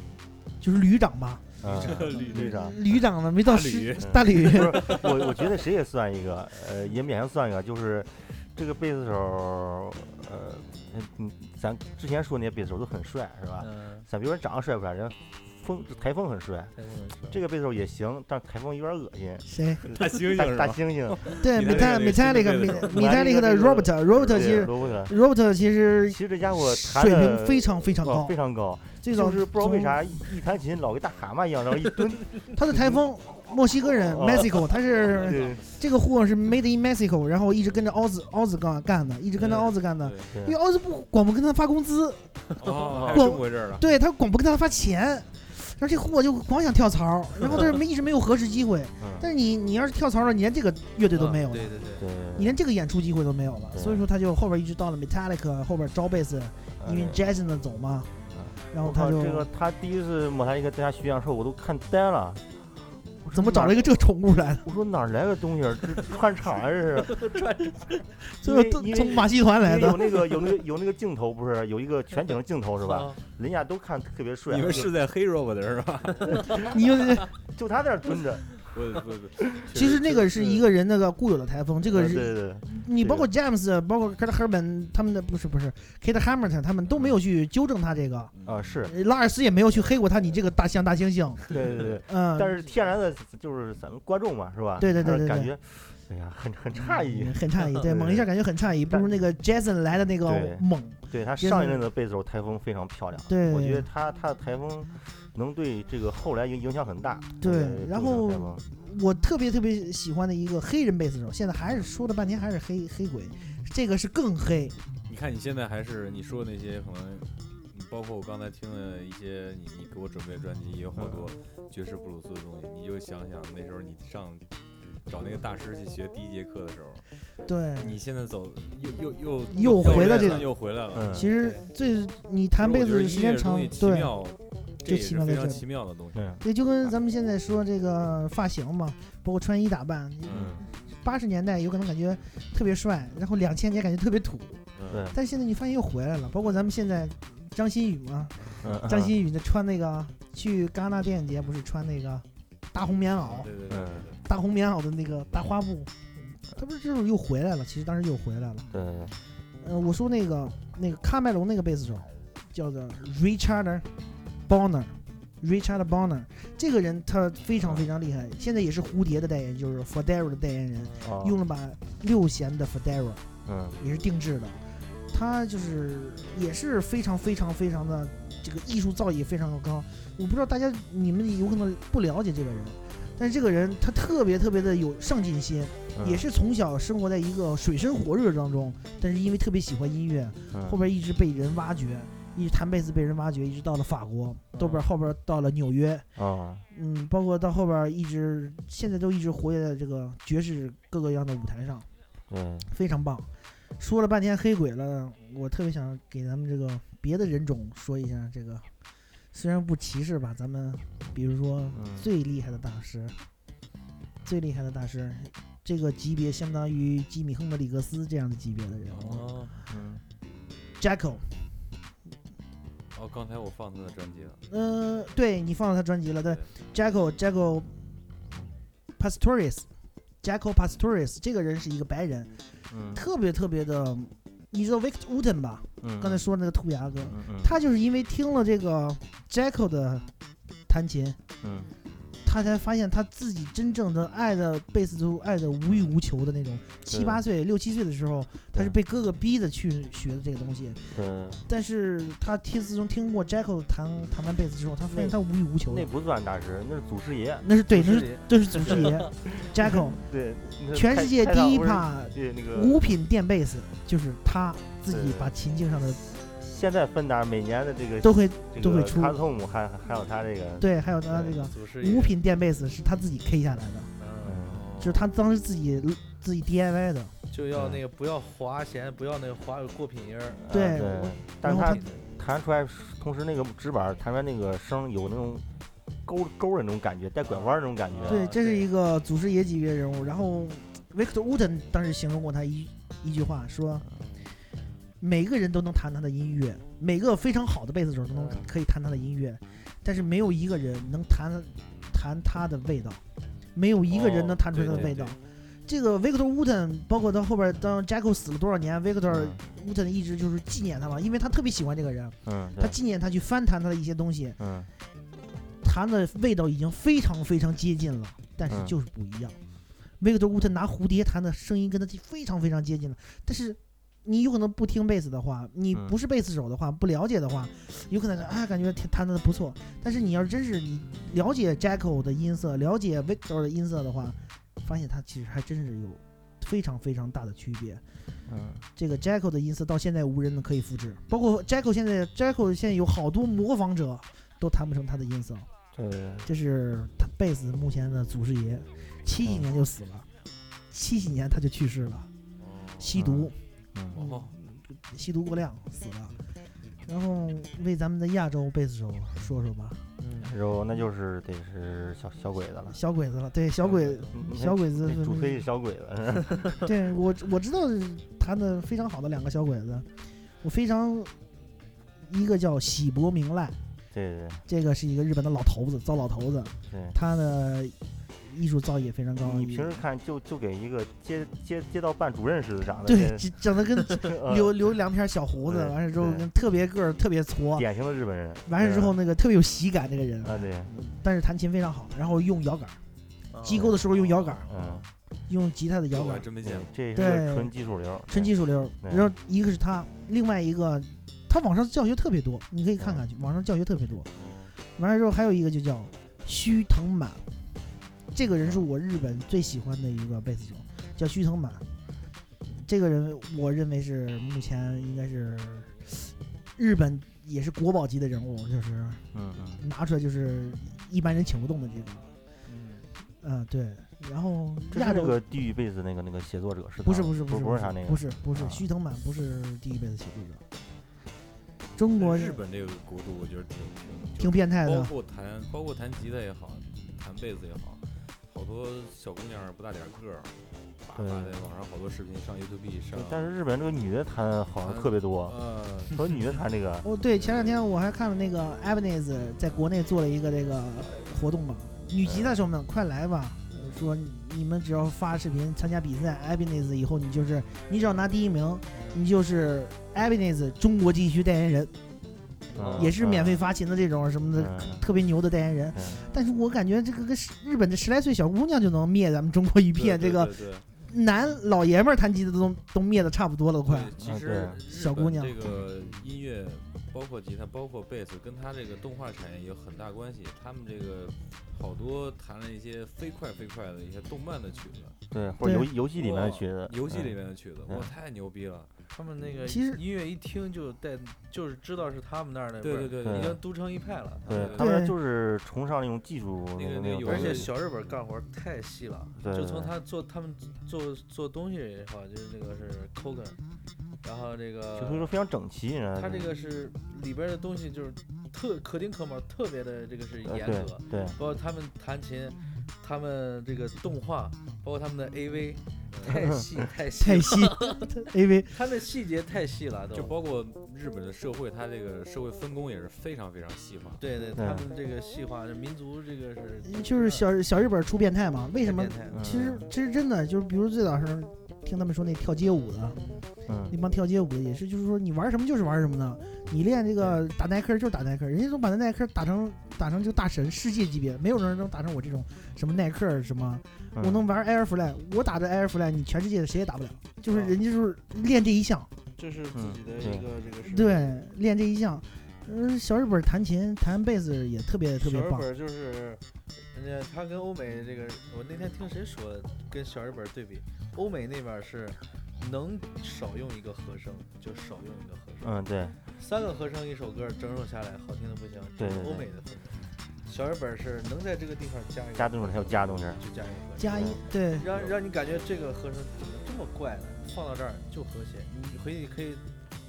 [SPEAKER 4] 就是旅长吧，
[SPEAKER 2] 嗯
[SPEAKER 3] 绿
[SPEAKER 2] 队长，
[SPEAKER 4] 旅长呢没到
[SPEAKER 3] 大
[SPEAKER 4] 师
[SPEAKER 3] 旅
[SPEAKER 4] 大旅，
[SPEAKER 2] 我我觉得谁也算一个，呃，也勉强算一个，就是这个贝斯手，呃，嗯，咱之前说那些贝斯手都很帅，是吧？
[SPEAKER 5] 嗯，
[SPEAKER 2] 咱别说长得帅不帅，人家风台风很帅，
[SPEAKER 5] 太不能说，
[SPEAKER 2] 这个贝斯手也行，但台风有点恶心。
[SPEAKER 4] 谁？
[SPEAKER 3] 大猩猩
[SPEAKER 2] 大
[SPEAKER 3] 是
[SPEAKER 2] 大
[SPEAKER 3] 吧？
[SPEAKER 2] 猩 猩，
[SPEAKER 4] 对
[SPEAKER 3] 你的那个那个
[SPEAKER 4] Metallica
[SPEAKER 3] 那
[SPEAKER 2] 个那个
[SPEAKER 4] Metallica Metallica 的
[SPEAKER 2] 那个
[SPEAKER 4] Robert Robert 其
[SPEAKER 2] 对
[SPEAKER 4] 实
[SPEAKER 2] 罗伯特，
[SPEAKER 4] Robert 其实
[SPEAKER 2] 其实这家伙弹
[SPEAKER 4] 水
[SPEAKER 2] 得
[SPEAKER 4] 平非常非常
[SPEAKER 2] 哇
[SPEAKER 4] 高
[SPEAKER 2] 非常高，
[SPEAKER 4] 最早
[SPEAKER 2] 就是不知道为
[SPEAKER 4] 从
[SPEAKER 2] 啥一一弹琴老跟大蛤蟆一样， 然后一蹲，
[SPEAKER 4] 他的台风墨西哥人
[SPEAKER 2] 哦
[SPEAKER 4] Mexico，他是
[SPEAKER 2] 对
[SPEAKER 4] 这个货是 Made in Mexico，然后一直跟着奥子奥子干干的，一直跟着
[SPEAKER 3] 嗯
[SPEAKER 4] 奥子干的，因
[SPEAKER 2] 对
[SPEAKER 4] 为奥子不光不跟他发工资，
[SPEAKER 3] 哦，还有这么回事儿了。
[SPEAKER 4] 对他光不跟他发钱，然后这货就光想跳槽，然后但是没一直没有合适机会。
[SPEAKER 2] 嗯
[SPEAKER 4] 但是你你要是跳槽了，你连这个乐队都没有
[SPEAKER 5] 嗯
[SPEAKER 4] 了，
[SPEAKER 5] 对
[SPEAKER 2] 哦
[SPEAKER 5] 对对，
[SPEAKER 2] 对，
[SPEAKER 4] 你连这个演出机会都没有了，所以说他就后边一直到了 Metallica 后边招贝斯，因为
[SPEAKER 2] 嗯
[SPEAKER 4] Jason 的走嘛，然后
[SPEAKER 2] 啊我
[SPEAKER 4] 他
[SPEAKER 2] 靠
[SPEAKER 4] 就
[SPEAKER 2] 这个他第一次抹他一个在家学演的时候，我都看呆了。我说
[SPEAKER 4] 怎么找了一
[SPEAKER 2] 哪
[SPEAKER 4] 个
[SPEAKER 2] 儿？
[SPEAKER 4] 这个宠物来的，
[SPEAKER 2] 我说哪儿来个东西儿？这串场啊这是？
[SPEAKER 4] 最后
[SPEAKER 2] 因为
[SPEAKER 4] 都
[SPEAKER 2] 因为
[SPEAKER 4] 从马戏团 来
[SPEAKER 2] 因为有
[SPEAKER 4] 的。
[SPEAKER 2] 那个有那个有那个镜头不是有一个全景的镜头是吧？
[SPEAKER 5] 啊？
[SPEAKER 2] 人家都看特别帅，
[SPEAKER 3] 你们
[SPEAKER 2] 就是
[SPEAKER 3] 在黑 robot 是吧？
[SPEAKER 4] 你就
[SPEAKER 2] 就他在那儿蹲着。
[SPEAKER 3] 我我
[SPEAKER 4] 其实那个是一个人那个固有的台风，这个
[SPEAKER 2] 嗯
[SPEAKER 4] 是
[SPEAKER 2] 对对对
[SPEAKER 4] 你
[SPEAKER 2] 这
[SPEAKER 4] 包
[SPEAKER 2] 个
[SPEAKER 4] 括 James，包括 Kurt Herman 他们的不是不是 Kate Hamilton 他们都没有去纠正他这个。
[SPEAKER 3] 嗯
[SPEAKER 2] 啊是，
[SPEAKER 4] 呃拉尔斯也没有去黑过他，你这个大象大猩猩，
[SPEAKER 2] 对对对。
[SPEAKER 4] 嗯，
[SPEAKER 2] 但是天然的就是咱们观众嘛是吧？
[SPEAKER 4] 对对对
[SPEAKER 2] 他
[SPEAKER 4] 对对
[SPEAKER 2] 感觉哎呀很很诧异
[SPEAKER 4] 嗯。很诧异，对，
[SPEAKER 2] 对
[SPEAKER 4] 猛一下感觉很诧异，不
[SPEAKER 2] 但
[SPEAKER 4] 如那个 Jason 来的那个
[SPEAKER 2] 对
[SPEAKER 4] 猛，
[SPEAKER 2] 对他
[SPEAKER 4] 也
[SPEAKER 2] 上
[SPEAKER 4] 是
[SPEAKER 2] 一任的贝斯手台风非常漂亮，啊
[SPEAKER 4] 对
[SPEAKER 2] 我觉得他他的台风能对这个后来影影响很大。
[SPEAKER 4] 对
[SPEAKER 2] 呃
[SPEAKER 4] 然
[SPEAKER 2] 这个
[SPEAKER 4] 后
[SPEAKER 2] 台风
[SPEAKER 4] 我特别特别喜欢的一个黑人贝斯手，现在还是说了半天还是黑黑鬼，这个是更黑，
[SPEAKER 3] 你看你现在还是你说的那些可能，你包括我刚才听了一些你你给我准备的专辑，也有好多爵士布鲁斯的东西。你就想想那时候你上找那个大师去学第一节课的时候，
[SPEAKER 4] 对，
[SPEAKER 2] 嗯
[SPEAKER 3] 你现在走又又又
[SPEAKER 4] 又回到
[SPEAKER 3] 了
[SPEAKER 4] 这个
[SPEAKER 3] 又回来了。
[SPEAKER 2] 嗯，
[SPEAKER 4] 其实最你弹贝斯的时间
[SPEAKER 3] 其实我觉得音乐这
[SPEAKER 4] 长
[SPEAKER 3] 东西，奇
[SPEAKER 4] 对
[SPEAKER 3] 妙这
[SPEAKER 4] 就
[SPEAKER 3] 也
[SPEAKER 4] 奇
[SPEAKER 3] 是
[SPEAKER 4] 妙在
[SPEAKER 3] 非
[SPEAKER 4] 这
[SPEAKER 3] 常
[SPEAKER 4] 里。
[SPEAKER 3] 奇妙的东西。
[SPEAKER 2] 嗯
[SPEAKER 4] 对，就跟咱们现在说这个发型嘛，包括穿衣打扮，
[SPEAKER 3] 嗯
[SPEAKER 4] 八十年代有可能感觉特别帅，然后两千年感觉特别土，
[SPEAKER 2] 对
[SPEAKER 3] 嗯，
[SPEAKER 4] 但是现在你发现又回来了，包括咱们现在张馨予嘛，
[SPEAKER 2] 嗯，
[SPEAKER 4] 张馨予那穿那个去戛纳电影节不是穿那个大红棉袄，
[SPEAKER 3] 对对对对对。
[SPEAKER 4] 大红棉袄的那个大花布，他不是这种又回来了，其实当时又回来了。
[SPEAKER 2] 对对对，
[SPEAKER 4] 呃，我说那个那个喀麦隆那个贝斯手叫做 Richard Bonner。Richard Bonner 这个人他非常非常厉害，现在也是蝴蝶的代言人，就是 Fodera 的代言人，
[SPEAKER 2] 哦
[SPEAKER 4] 用了把六弦的 Fodera，
[SPEAKER 2] 嗯
[SPEAKER 4] 也是定制的。他就是也是非常非常非常的这个艺术造诣非常的高。我不知道大家你们有可能不了解这个人，但是这个人他特别特别的有上进心，
[SPEAKER 2] 嗯
[SPEAKER 4] 也是从小生活在一个水深火热当中，但是因为特别喜欢音乐，
[SPEAKER 2] 嗯
[SPEAKER 4] 后边一直被人挖掘，一直弹贝斯被人挖掘，一直到了法国，
[SPEAKER 2] 嗯
[SPEAKER 4] 到边后边到了纽约，
[SPEAKER 2] 哦
[SPEAKER 4] 嗯，包括到后边一直现在都一直活跃在这个爵士各个样的舞台上。
[SPEAKER 2] 对
[SPEAKER 4] 非常棒。说了半天黑鬼了，我特别想给咱们这个别的人种说一下这个，虽然不歧视吧，咱们比如说
[SPEAKER 2] 嗯
[SPEAKER 4] 最厉害的大师，最厉害的大师，这个级别相当于吉米·亨德里克斯这样的级别的人物
[SPEAKER 3] 哦
[SPEAKER 2] 嗯
[SPEAKER 4] j a c k o
[SPEAKER 3] 哦，刚才我放他的专辑了。
[SPEAKER 4] 嗯、呃，对你放到他专辑了，对
[SPEAKER 3] 对
[SPEAKER 4] j a c k o j a c k o Pastorius。j a c k o Pastorius 这个人是一个白人，
[SPEAKER 2] 嗯
[SPEAKER 4] 特别特别的，你知道 Victor Wooten 吧？
[SPEAKER 2] 嗯，
[SPEAKER 4] 刚才说的那个兔牙哥，
[SPEAKER 2] 嗯嗯
[SPEAKER 4] 他就是因为听了这个 Jacko 的弹琴，
[SPEAKER 2] 嗯
[SPEAKER 4] 他才发现他自己真正的爱的贝斯都爱的无欲无求的那种。七八岁、六七岁的时候，他是被哥哥逼着去学的这个东西。
[SPEAKER 2] 对，
[SPEAKER 4] 但是他听自从听过 Jacko 弹弹完贝斯之后，他发现他无欲无求
[SPEAKER 2] 那
[SPEAKER 4] 了。
[SPEAKER 2] 不算大师，那是祖师爷。
[SPEAKER 4] 那是对，那
[SPEAKER 5] 是
[SPEAKER 4] 是这是祖 师爷 Jacko，
[SPEAKER 2] 对，那是
[SPEAKER 4] 全
[SPEAKER 2] 开
[SPEAKER 4] 世界
[SPEAKER 2] 开
[SPEAKER 4] 第
[SPEAKER 2] 场
[SPEAKER 4] 一
[SPEAKER 2] 不是
[SPEAKER 4] 趴
[SPEAKER 2] 对那个
[SPEAKER 4] 五品电贝斯，就是他自己把琴颈上的
[SPEAKER 2] 现在芬达每年的这个
[SPEAKER 4] 都会
[SPEAKER 2] 这
[SPEAKER 4] 都会
[SPEAKER 2] 个
[SPEAKER 4] 出
[SPEAKER 2] 卡特姆还还有他这个，
[SPEAKER 4] 对，还有他这个
[SPEAKER 3] 祖师爷
[SPEAKER 4] 五，品电贝斯是他自己 K 下来的。
[SPEAKER 5] 嗯，
[SPEAKER 3] 哦
[SPEAKER 4] 就是他当时自己自己 DIY 的，
[SPEAKER 5] 就
[SPEAKER 2] 嗯
[SPEAKER 5] 要那个不要滑弦，不要那个滑过品音儿，
[SPEAKER 2] 啊
[SPEAKER 4] 对
[SPEAKER 2] 对
[SPEAKER 4] 我，
[SPEAKER 2] 但是
[SPEAKER 4] 然后
[SPEAKER 2] 他
[SPEAKER 4] 他
[SPEAKER 2] 弹出来，同时那个纸板弹出来那个声有那种勾勾的那种感觉，带拐弯儿那种感觉。
[SPEAKER 4] 对，这是
[SPEAKER 5] 对
[SPEAKER 4] 一个祖师爷级别人物。然后 Victor Wooten 当时形容过他一一句话，说每个人都能弹他的音乐，每个非常好的贝斯手都能
[SPEAKER 5] 嗯
[SPEAKER 4] 可以弹他的音乐，但是没有一个人能弹弹他的味道，没有一个人
[SPEAKER 3] 哦
[SPEAKER 4] 能弹出来
[SPEAKER 3] 对
[SPEAKER 4] 他的
[SPEAKER 3] 对
[SPEAKER 4] 味道
[SPEAKER 3] 对。
[SPEAKER 4] 这个 Victor Wooten，包括到后边当 Jacko 死了多少年，Victor
[SPEAKER 2] 嗯
[SPEAKER 4] Wooten 一直就是纪念他嘛，因为他特别喜欢这个人，
[SPEAKER 2] 嗯，
[SPEAKER 4] 他
[SPEAKER 2] 对，
[SPEAKER 4] 纪念他去翻弹他的一些东西。
[SPEAKER 2] 嗯，
[SPEAKER 4] 它的味道已经非常非常接近了，但是
[SPEAKER 2] 嗯
[SPEAKER 4] 就是不一样。Victor Wooten 拿蝴蝶弹的声音跟他非常非常接近了，但是你有可能不听贝斯的话，你
[SPEAKER 2] 嗯
[SPEAKER 4] 不是贝斯手的话，不了解的话，有可能啊感觉弹弹的不错，但是你要真是你了解 Jacko 的音色，了解 Victor 的音色的话，发现他其实还真是有非常非常大的区别。
[SPEAKER 2] 嗯，
[SPEAKER 4] 这个 Jacko 的音色到现在无人能可以复制，包括 Jacko 现在 Jacko 现在有好多模仿者都弹不成他的音色。
[SPEAKER 2] 对对，对
[SPEAKER 4] 这是他贝斯目前的祖师爷，
[SPEAKER 2] 嗯
[SPEAKER 4] 七几年就死了，七几年他就去世了，吸毒，
[SPEAKER 2] 嗯，
[SPEAKER 3] 哦
[SPEAKER 4] 吸毒过量死了。然后为咱们的亚洲贝斯手说说吧，
[SPEAKER 5] 嗯
[SPEAKER 2] 然后那就是得是小小鬼子了。
[SPEAKER 4] 小鬼子了，对小鬼
[SPEAKER 2] 嗯你看
[SPEAKER 4] 小鬼子
[SPEAKER 2] 这主推是小鬼子， 是吧
[SPEAKER 4] 对我我知道弹的非常好的两个小鬼子，我非常一个叫喜伯明赖，
[SPEAKER 2] 对对
[SPEAKER 4] 这个是一个日本的老头子，糟老头子，
[SPEAKER 2] 对。
[SPEAKER 4] 他的艺术造诣非常高。
[SPEAKER 2] 你平时看就就给一个街街街道办主任似的长得，
[SPEAKER 4] 对长得跟
[SPEAKER 2] 这呃
[SPEAKER 4] 留留两片小胡子，
[SPEAKER 2] 对
[SPEAKER 4] 完事之后
[SPEAKER 2] 对
[SPEAKER 4] 跟特别个儿特别矬，
[SPEAKER 2] 典型的日本人。
[SPEAKER 4] 完事之后那个特别有喜感这个人
[SPEAKER 2] 嗯，啊，对，
[SPEAKER 4] 但是弹琴非常好，然后用摇杆，击
[SPEAKER 5] 构
[SPEAKER 4] 鼓的时候用摇杆，
[SPEAKER 2] 嗯，
[SPEAKER 4] 用吉他的
[SPEAKER 3] 啊这
[SPEAKER 4] 摇
[SPEAKER 3] 我还
[SPEAKER 4] 杆，
[SPEAKER 3] 真没见
[SPEAKER 2] 对
[SPEAKER 3] 过。
[SPEAKER 2] 这是
[SPEAKER 4] 对
[SPEAKER 2] 个纯技术流，
[SPEAKER 4] 纯技术流。
[SPEAKER 2] 对
[SPEAKER 4] 然后一个是他，另外一个他网上教学特别多，你可以
[SPEAKER 2] 嗯
[SPEAKER 4] 看看去，网上教学特别多。完了之后还有一个就叫须藤满，这个人
[SPEAKER 2] 嗯
[SPEAKER 4] 是我日本最喜欢的一个贝斯手，叫须藤满。这个人我认为是目前应该是日本也是国宝级的人物，就是
[SPEAKER 2] 嗯嗯
[SPEAKER 4] 拿出来就是一般人请不动的这种。嗯，对。然后
[SPEAKER 2] 这
[SPEAKER 4] 亚
[SPEAKER 2] 是那
[SPEAKER 4] 洲
[SPEAKER 2] 个地狱贝斯那个那个写作者是他吗？
[SPEAKER 4] 不是不是
[SPEAKER 2] 不
[SPEAKER 4] 是
[SPEAKER 2] 不
[SPEAKER 4] 不
[SPEAKER 2] 是他那个，
[SPEAKER 4] 不是不是
[SPEAKER 2] 啊
[SPEAKER 4] 须藤满不是第一辈的写作者，中国
[SPEAKER 3] 日本这个国度，我觉得挺挺
[SPEAKER 4] 挺变态
[SPEAKER 3] 包
[SPEAKER 4] 的。
[SPEAKER 3] 括弹，包括弹吉他也好，弹贝斯也好，好多小姑娘儿不大点儿个儿，叭
[SPEAKER 2] 对
[SPEAKER 3] 叭在网上好多视频上 YouTube 上，
[SPEAKER 2] 但是日本这个女的弹好像特别多，
[SPEAKER 3] 呃，
[SPEAKER 2] 说女的弹这个，
[SPEAKER 4] 哦，对，前两天我还看了那个 a b a n e z 在国内做了一个这个活动嘛，女吉他手们快来吧！说你们只要发视频参加比赛 a b a n e z 以后你就是你只要拿第一名，你就是 a b a n e z 中国地区代言人，
[SPEAKER 2] 嗯
[SPEAKER 4] 也是免费发琴的这种什么的，
[SPEAKER 2] 嗯嗯
[SPEAKER 4] 特别牛的代言人。但是我感觉这个跟日本这十来岁小姑娘就能灭咱们中国 一片，
[SPEAKER 3] 对
[SPEAKER 4] 这个
[SPEAKER 3] 对对对
[SPEAKER 4] 男老爷们儿弹吉他都都灭的差不多了，快。
[SPEAKER 3] 对其
[SPEAKER 2] 啊
[SPEAKER 3] 实
[SPEAKER 2] 对
[SPEAKER 3] 日
[SPEAKER 4] 小
[SPEAKER 3] 本
[SPEAKER 4] 姑娘
[SPEAKER 3] 这个音乐，包括吉他，包括贝斯，跟他这个动画产业有很大关系。他们这个好多弹了一些飞快飞快的一些动漫的曲子，
[SPEAKER 2] 对，或者游
[SPEAKER 4] 对
[SPEAKER 2] 游戏里面的曲子，
[SPEAKER 3] 哦游戏
[SPEAKER 2] 嗯
[SPEAKER 3] 里面的曲子，
[SPEAKER 2] 嗯
[SPEAKER 3] 哇，太牛逼了！
[SPEAKER 5] 他们那个
[SPEAKER 4] 其实
[SPEAKER 5] 音乐一听就带，就是知道是他们那儿的味
[SPEAKER 3] 对
[SPEAKER 5] 儿，
[SPEAKER 3] 对对
[SPEAKER 2] 对
[SPEAKER 3] 对
[SPEAKER 5] 已经都成一派了。
[SPEAKER 2] 对
[SPEAKER 3] 对
[SPEAKER 2] 他们
[SPEAKER 4] 对
[SPEAKER 2] 就是崇尚那种技术
[SPEAKER 3] 那个那
[SPEAKER 2] 那
[SPEAKER 3] 个
[SPEAKER 2] 种
[SPEAKER 3] 有
[SPEAKER 5] 而
[SPEAKER 2] 东
[SPEAKER 5] 且
[SPEAKER 2] 西，
[SPEAKER 5] 小日本干活太细了，
[SPEAKER 2] 对对
[SPEAKER 5] 就从
[SPEAKER 2] 对
[SPEAKER 5] 他做他们做做东西也好，就是这个是 Kogan，然后这个
[SPEAKER 2] 就是说非常整齐，你啊知道吗
[SPEAKER 5] 他这个是里边的东西就是特可丁可卯，特别的这个是
[SPEAKER 2] 呃
[SPEAKER 5] 严
[SPEAKER 2] 对
[SPEAKER 5] 格，
[SPEAKER 2] 对，
[SPEAKER 5] 包括他们弹琴，他们这个动画，包括他们的 AV，太细太细
[SPEAKER 4] 太
[SPEAKER 5] 了，
[SPEAKER 4] 细，A V
[SPEAKER 5] 他们细节太细了
[SPEAKER 2] 嗯
[SPEAKER 3] 就
[SPEAKER 5] 都。
[SPEAKER 3] 包括日本的社会，它这个社会分工也是非常非常细化。
[SPEAKER 5] 对对，他们这个细化，这民族这个是
[SPEAKER 4] 嗯就是小嗯小日本出变态
[SPEAKER 3] 嗯
[SPEAKER 4] 嘛？为什么
[SPEAKER 5] 太？变态了
[SPEAKER 2] 嗯
[SPEAKER 4] 其实其实真的就是，比如最早时候听他们说那跳街舞的
[SPEAKER 2] 嗯
[SPEAKER 4] 那帮跳街舞的也是，就是说你玩什么就是玩什么的，你练这个打耐克就是打耐克，人家都把那耐克打成打成就大神世界级别，没有人能打成我这种什么耐克什么，
[SPEAKER 2] 嗯
[SPEAKER 4] 我能玩 Air Fly，我打的 Air Fly 你全世界谁也打不了，就是人家就是练这一项。
[SPEAKER 5] 这是自己的
[SPEAKER 2] 嗯
[SPEAKER 5] 一个这个是。
[SPEAKER 4] 对，练这一项。嗯，小日本弹琴、弹贝斯也特别特别
[SPEAKER 5] 小日
[SPEAKER 4] 棒。
[SPEAKER 5] 本就是，人家他跟欧美这个，我那天听谁说的，跟小日本对比，欧美那边是能少用一个和声就少用一个和声，
[SPEAKER 2] 嗯对，
[SPEAKER 5] 三个和声一首歌整首下来好听的不行，这
[SPEAKER 2] 对
[SPEAKER 5] 是
[SPEAKER 2] 对对
[SPEAKER 5] 欧美的和声。小日本是能在这个地方加一个
[SPEAKER 2] 加东西还有加东西，
[SPEAKER 5] 就加一个和声，
[SPEAKER 4] 加一对，
[SPEAKER 5] 让让你感觉这个和声怎么这么怪呢？放到这儿就和谐，你回去可以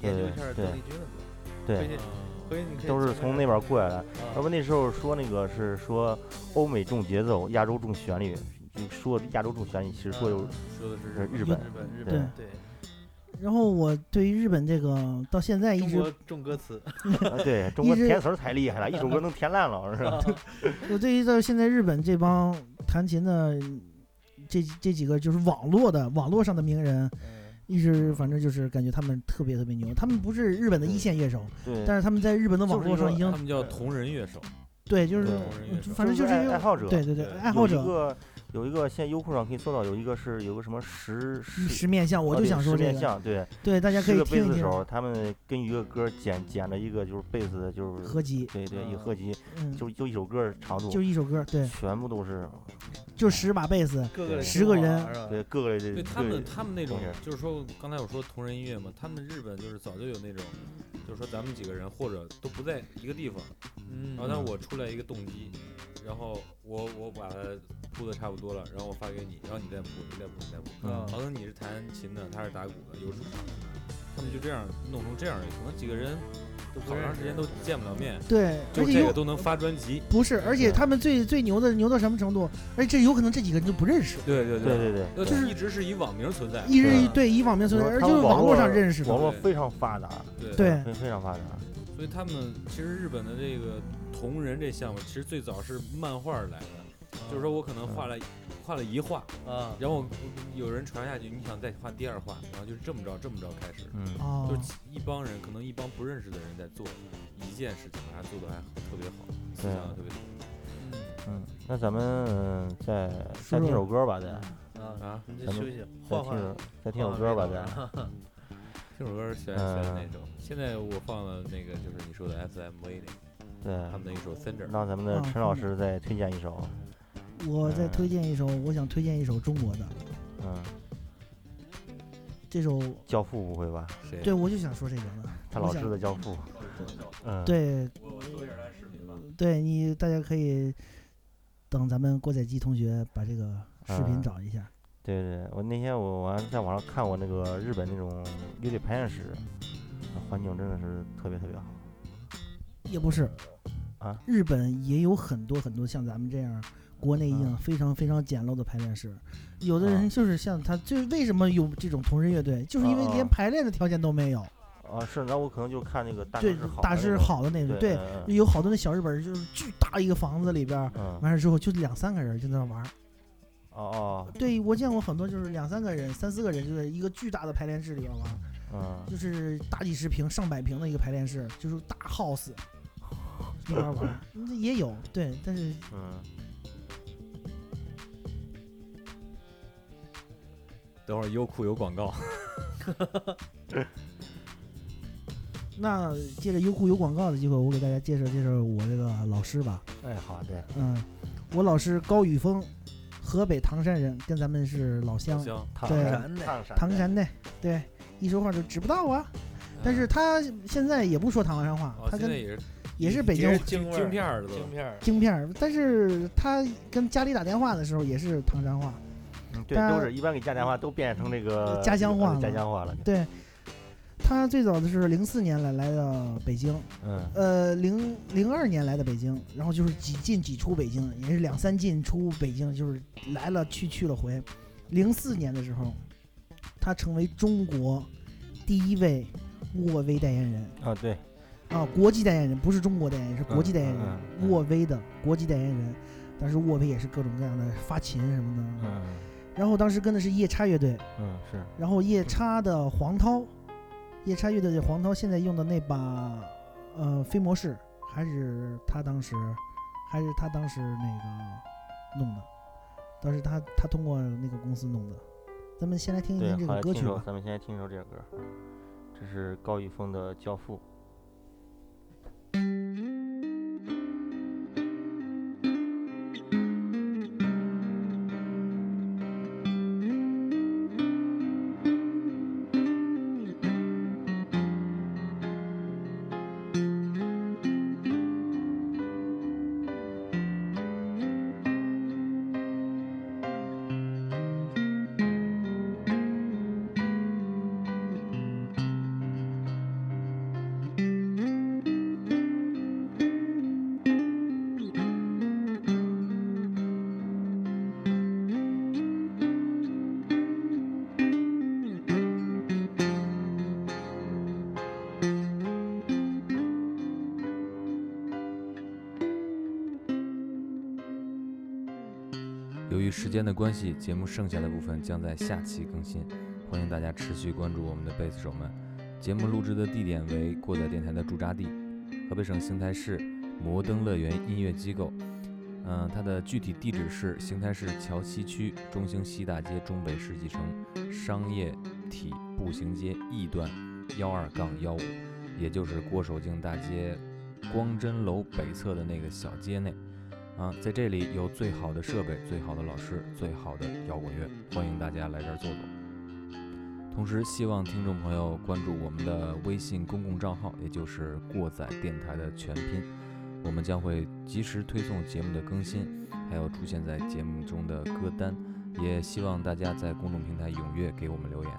[SPEAKER 5] 研究一下
[SPEAKER 2] 对
[SPEAKER 5] 邓丽君的歌，回
[SPEAKER 2] 对
[SPEAKER 5] 去，回去你可以
[SPEAKER 2] 都是
[SPEAKER 5] 慢慢
[SPEAKER 2] 从那边过来的。
[SPEAKER 5] 啊
[SPEAKER 2] 要不那时候说那个是说欧美重节奏，亚洲重旋律，就说亚洲重旋律，其实说
[SPEAKER 5] 嗯
[SPEAKER 2] 就是
[SPEAKER 3] 说的是
[SPEAKER 2] 是日
[SPEAKER 5] 日
[SPEAKER 2] 本，
[SPEAKER 5] 日本日
[SPEAKER 2] 对
[SPEAKER 5] 本对。
[SPEAKER 4] 然后我对于日本这个到现在一
[SPEAKER 5] 中
[SPEAKER 4] 直
[SPEAKER 5] 国，重歌词，
[SPEAKER 2] 啊对中国
[SPEAKER 4] 一直
[SPEAKER 2] 填词儿太厉害了，一首歌能填烂了，是吧？
[SPEAKER 4] 我对于到现在日本这帮弹琴的这这几个就是网络的网络上的名人，
[SPEAKER 5] 嗯，
[SPEAKER 4] 一直反正就是感觉他们特别特别牛。他们不是日本的一线乐手，
[SPEAKER 2] 对，
[SPEAKER 4] 但是他们在日本的网
[SPEAKER 2] 就是
[SPEAKER 4] 络
[SPEAKER 2] 一个
[SPEAKER 4] 上已经
[SPEAKER 3] 他们叫同人乐手，
[SPEAKER 4] 对，就是
[SPEAKER 2] 嗯对
[SPEAKER 3] 同人乐手
[SPEAKER 4] 反正就是
[SPEAKER 2] 爱
[SPEAKER 4] 一个
[SPEAKER 2] 爱好者，
[SPEAKER 4] 对对对
[SPEAKER 3] 对
[SPEAKER 4] 爱好
[SPEAKER 2] 有一
[SPEAKER 4] 者
[SPEAKER 2] 个有一个现在优酷上可以搜到，有一个是有个什么十
[SPEAKER 4] 十
[SPEAKER 2] 十，
[SPEAKER 4] 面相，我
[SPEAKER 2] 啊
[SPEAKER 4] 就
[SPEAKER 2] 对
[SPEAKER 4] 想说
[SPEAKER 2] 十
[SPEAKER 4] 这
[SPEAKER 2] 面
[SPEAKER 4] 个，
[SPEAKER 2] 相，对，
[SPEAKER 4] 对，大家可以
[SPEAKER 2] 十个贝
[SPEAKER 4] 听一
[SPEAKER 2] 斯
[SPEAKER 4] 听
[SPEAKER 2] 手，他们跟一个歌剪剪了一个就是贝斯的，就是
[SPEAKER 4] 合集，
[SPEAKER 2] 对对一个合集，
[SPEAKER 4] 嗯，
[SPEAKER 2] 就就一首歌长度
[SPEAKER 4] 就，一首歌，对，
[SPEAKER 2] 全部都是
[SPEAKER 3] 啊
[SPEAKER 4] 就十把贝斯，
[SPEAKER 5] 各个
[SPEAKER 4] 十个人
[SPEAKER 2] 对各个
[SPEAKER 3] 对
[SPEAKER 2] 对
[SPEAKER 3] 他们他们那种
[SPEAKER 2] 同人
[SPEAKER 3] 就是说，刚才我说同人音乐嘛，他们日本就是早就有那种，就是说咱们几个人或者都不在一个地方，
[SPEAKER 5] 嗯，
[SPEAKER 3] 然后但我出来一个动机，然后我我把它铺的差不多了，然后我发给你，然后你再铺，你再铺，你再铺。
[SPEAKER 5] 嗯
[SPEAKER 3] 好像你是弹琴的，他是打鼓的，有主唱的，他们就这样弄成这样的，可能几个人都好长时间都见不了面，
[SPEAKER 4] 对，而
[SPEAKER 3] 就
[SPEAKER 4] 且
[SPEAKER 3] 这
[SPEAKER 4] 有
[SPEAKER 3] 个都能发专辑。
[SPEAKER 4] 不是，而且他们最最牛的牛到什么程度？而且这有可能这几个人就不认识，
[SPEAKER 3] 对对
[SPEAKER 2] 对对对。
[SPEAKER 3] 那就是一直是以网名存在。
[SPEAKER 4] 一
[SPEAKER 2] 对
[SPEAKER 4] 直
[SPEAKER 2] 啊
[SPEAKER 4] 对以网名存在，而就是网络上认识
[SPEAKER 2] 网
[SPEAKER 4] 的。
[SPEAKER 2] 络非常发达，
[SPEAKER 3] 对
[SPEAKER 4] 对，
[SPEAKER 2] 非非常发达。
[SPEAKER 3] 所以他们其实日本的这个同人这项目，其实最早是漫画来的，就是说我可能
[SPEAKER 2] 嗯
[SPEAKER 3] 画了画了一画，
[SPEAKER 5] 啊，
[SPEAKER 3] 然后我有人传下去，你想再画第二画，然后就是这么着这么着开始，
[SPEAKER 2] 嗯，嗯
[SPEAKER 4] 哦
[SPEAKER 3] 就是一帮人可能一帮不认识的人在做一件事情，然后做的还特别好，思
[SPEAKER 2] 对
[SPEAKER 3] 想也特别好
[SPEAKER 2] 嗯，那咱们嗯再
[SPEAKER 4] 说
[SPEAKER 2] 再听
[SPEAKER 4] 说
[SPEAKER 2] 首歌吧，再
[SPEAKER 5] 啊，
[SPEAKER 3] 啊。
[SPEAKER 5] 你就
[SPEAKER 2] 咱们
[SPEAKER 5] 休息，
[SPEAKER 2] 再
[SPEAKER 5] 换
[SPEAKER 2] 听
[SPEAKER 5] 换
[SPEAKER 2] 首再听首歌吧，再。
[SPEAKER 3] 这首歌是选选的那首，
[SPEAKER 2] 嗯
[SPEAKER 3] 现在我放了那个就是你说的 SMA 那个，他 们，的
[SPEAKER 2] 对
[SPEAKER 3] 一首 Thunder，
[SPEAKER 2] 让咱们的
[SPEAKER 4] 啊
[SPEAKER 2] 陈老师再推荐一首，
[SPEAKER 4] 我再推荐一首，我想推荐一首中国的
[SPEAKER 2] 嗯，
[SPEAKER 4] 这首，
[SPEAKER 2] 教父不会吧？
[SPEAKER 3] 谁？
[SPEAKER 4] 对我就想说这个呢，
[SPEAKER 2] 他老师的教父，嗯，，
[SPEAKER 4] 对
[SPEAKER 3] 我我搜一下他视频吧。
[SPEAKER 4] 对，你大家可以等咱们郭采洁同学把这个视频
[SPEAKER 2] 嗯
[SPEAKER 4] 找一下，
[SPEAKER 2] 对对，我那天我我还在网上看过那个日本那种乐队排练室，环境真的是特别特别好
[SPEAKER 4] 也不是，
[SPEAKER 2] 啊，
[SPEAKER 4] 日本也有很多很多像咱们这样国内一样
[SPEAKER 2] 啊
[SPEAKER 4] 非常非常简陋的排练室，有的
[SPEAKER 2] 啊
[SPEAKER 4] 人就是像他，就是为什么有这种同人乐队，就是因为
[SPEAKER 2] 啊啊
[SPEAKER 4] 连排练的条件都没有。
[SPEAKER 2] 啊是，那我可能就看那个大
[SPEAKER 4] 对
[SPEAKER 2] 师好，，
[SPEAKER 4] 大师，好的那种，对，
[SPEAKER 2] 嗯
[SPEAKER 4] 有好多那小日本儿就是巨大一个房子里边儿，
[SPEAKER 2] 嗯，
[SPEAKER 4] 完事之后就两三个人就在那玩儿。
[SPEAKER 2] 哦
[SPEAKER 4] 对我见过很多就是两三个人、三四个人就在一个巨大的排练室里边玩儿，
[SPEAKER 2] 哦，嗯，
[SPEAKER 4] 就是大几十平、上百平的一个排练室，就是大 house，一边儿玩儿嗯这也有对，但是
[SPEAKER 2] 嗯，
[SPEAKER 6] 等会儿优酷有广告，
[SPEAKER 4] 那借着优酷有广告的机会，我给大家介绍介绍我这个老师吧。
[SPEAKER 2] 哎，好的，
[SPEAKER 4] 嗯，我老师高宇峰，河北唐山人，跟咱们是老乡，
[SPEAKER 6] 香，
[SPEAKER 2] 唐
[SPEAKER 4] 对
[SPEAKER 2] 山的，唐山，
[SPEAKER 4] 唐，山的。对，一说话就知不道啊。但是他现在也不说唐山话，
[SPEAKER 6] 嗯哦，
[SPEAKER 4] 他
[SPEAKER 6] 现在
[SPEAKER 4] 跟
[SPEAKER 6] 也是
[SPEAKER 4] 也是北
[SPEAKER 5] 也
[SPEAKER 4] 京
[SPEAKER 5] 是
[SPEAKER 6] 京
[SPEAKER 5] 京味儿
[SPEAKER 6] 京片儿的都
[SPEAKER 5] 京片儿
[SPEAKER 4] 京片儿，但是他跟家里打电话的时候也是唐山话。
[SPEAKER 2] 嗯对，
[SPEAKER 4] 但
[SPEAKER 2] 都是一般给家电话都变成这个
[SPEAKER 4] 家乡话
[SPEAKER 2] 呃家
[SPEAKER 4] 了
[SPEAKER 2] 乡话了，
[SPEAKER 4] 对，他最早的是零四年来来到北京，
[SPEAKER 2] 嗯，
[SPEAKER 4] 呃，零零二年来的北京，然后就是几进几出北京，也是两三进出北京，就是来了去去了回。零四年的时候，他成为中国第一位沃威代言人
[SPEAKER 2] 啊对，
[SPEAKER 4] 啊，国际代言人，不是中国代言人，是国际代言人，
[SPEAKER 2] 嗯嗯嗯
[SPEAKER 4] 沃威的国际代言人。当时沃威也是各种各样的发琴什么的，
[SPEAKER 2] 嗯
[SPEAKER 4] 然后当时跟的是夜叉乐队，
[SPEAKER 2] 嗯是，
[SPEAKER 4] 然后夜叉的黄涛，夜叉乐队的黄涛现在用的那把呃飞模式，还是他当时，还是他当时那个弄的，当时他他通过那个公司弄的。咱们先来听一
[SPEAKER 2] 对
[SPEAKER 4] 听这，
[SPEAKER 2] 好
[SPEAKER 4] 个
[SPEAKER 2] 来
[SPEAKER 4] 歌
[SPEAKER 2] 听
[SPEAKER 4] 曲
[SPEAKER 2] 首，
[SPEAKER 4] 吧。
[SPEAKER 2] 咱们先来听一首这首歌，这是高宇峰的《教父》。
[SPEAKER 3] 由于时间的关系，节目剩下的部分将在下期更新，欢迎大家持续关注我们的贝斯手们。节目录制的地点为过载电台的驻扎地，河北省邢台市摩登乐园音乐机构。嗯、它的具体地址是邢台市桥西区中兴西大街中北世纪城商业体步行街 E 段幺二杠幺五，也就是郭守敬大街光真楼北侧的那个小街内。啊，在这里有最好的设备、最好的老师、最好的摇滚乐，欢迎大家来这儿坐坐。同时，希望听众朋友关注我们的微信公共账号，也就是“过载电台”的全拼，我们将会及时推送节目的更新，还有出现在节目中的歌单。也希望大家在公众平台踊跃给我们留言。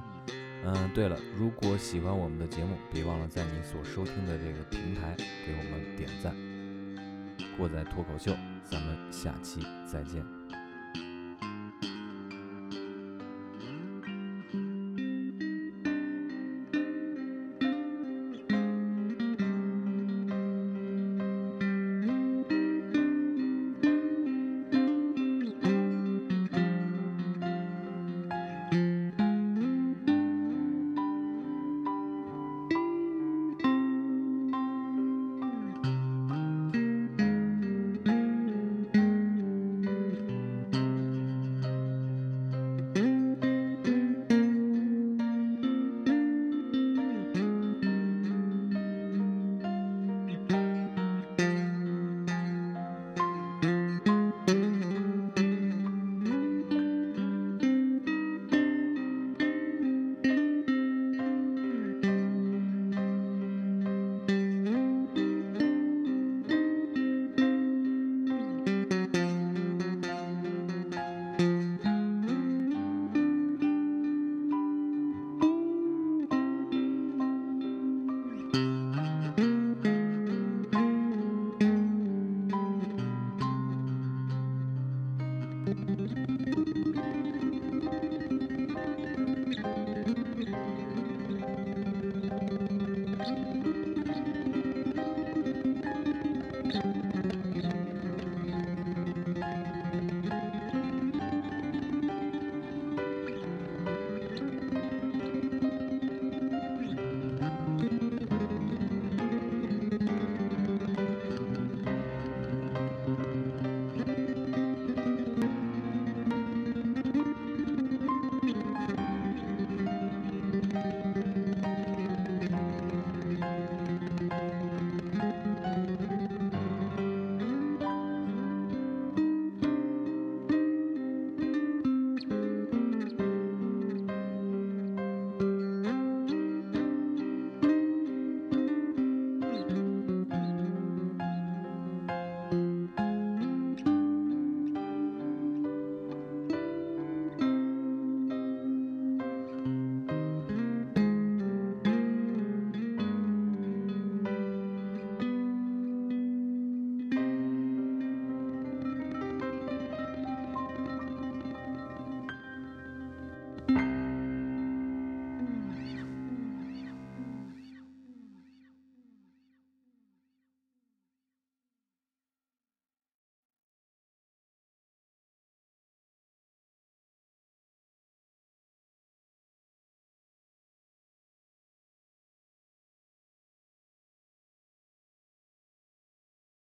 [SPEAKER 3] 嗯，对了，如果喜欢我们的节目，别忘了在你所收听的这个平台给我们点赞。过载脱口秀，咱们下期再见。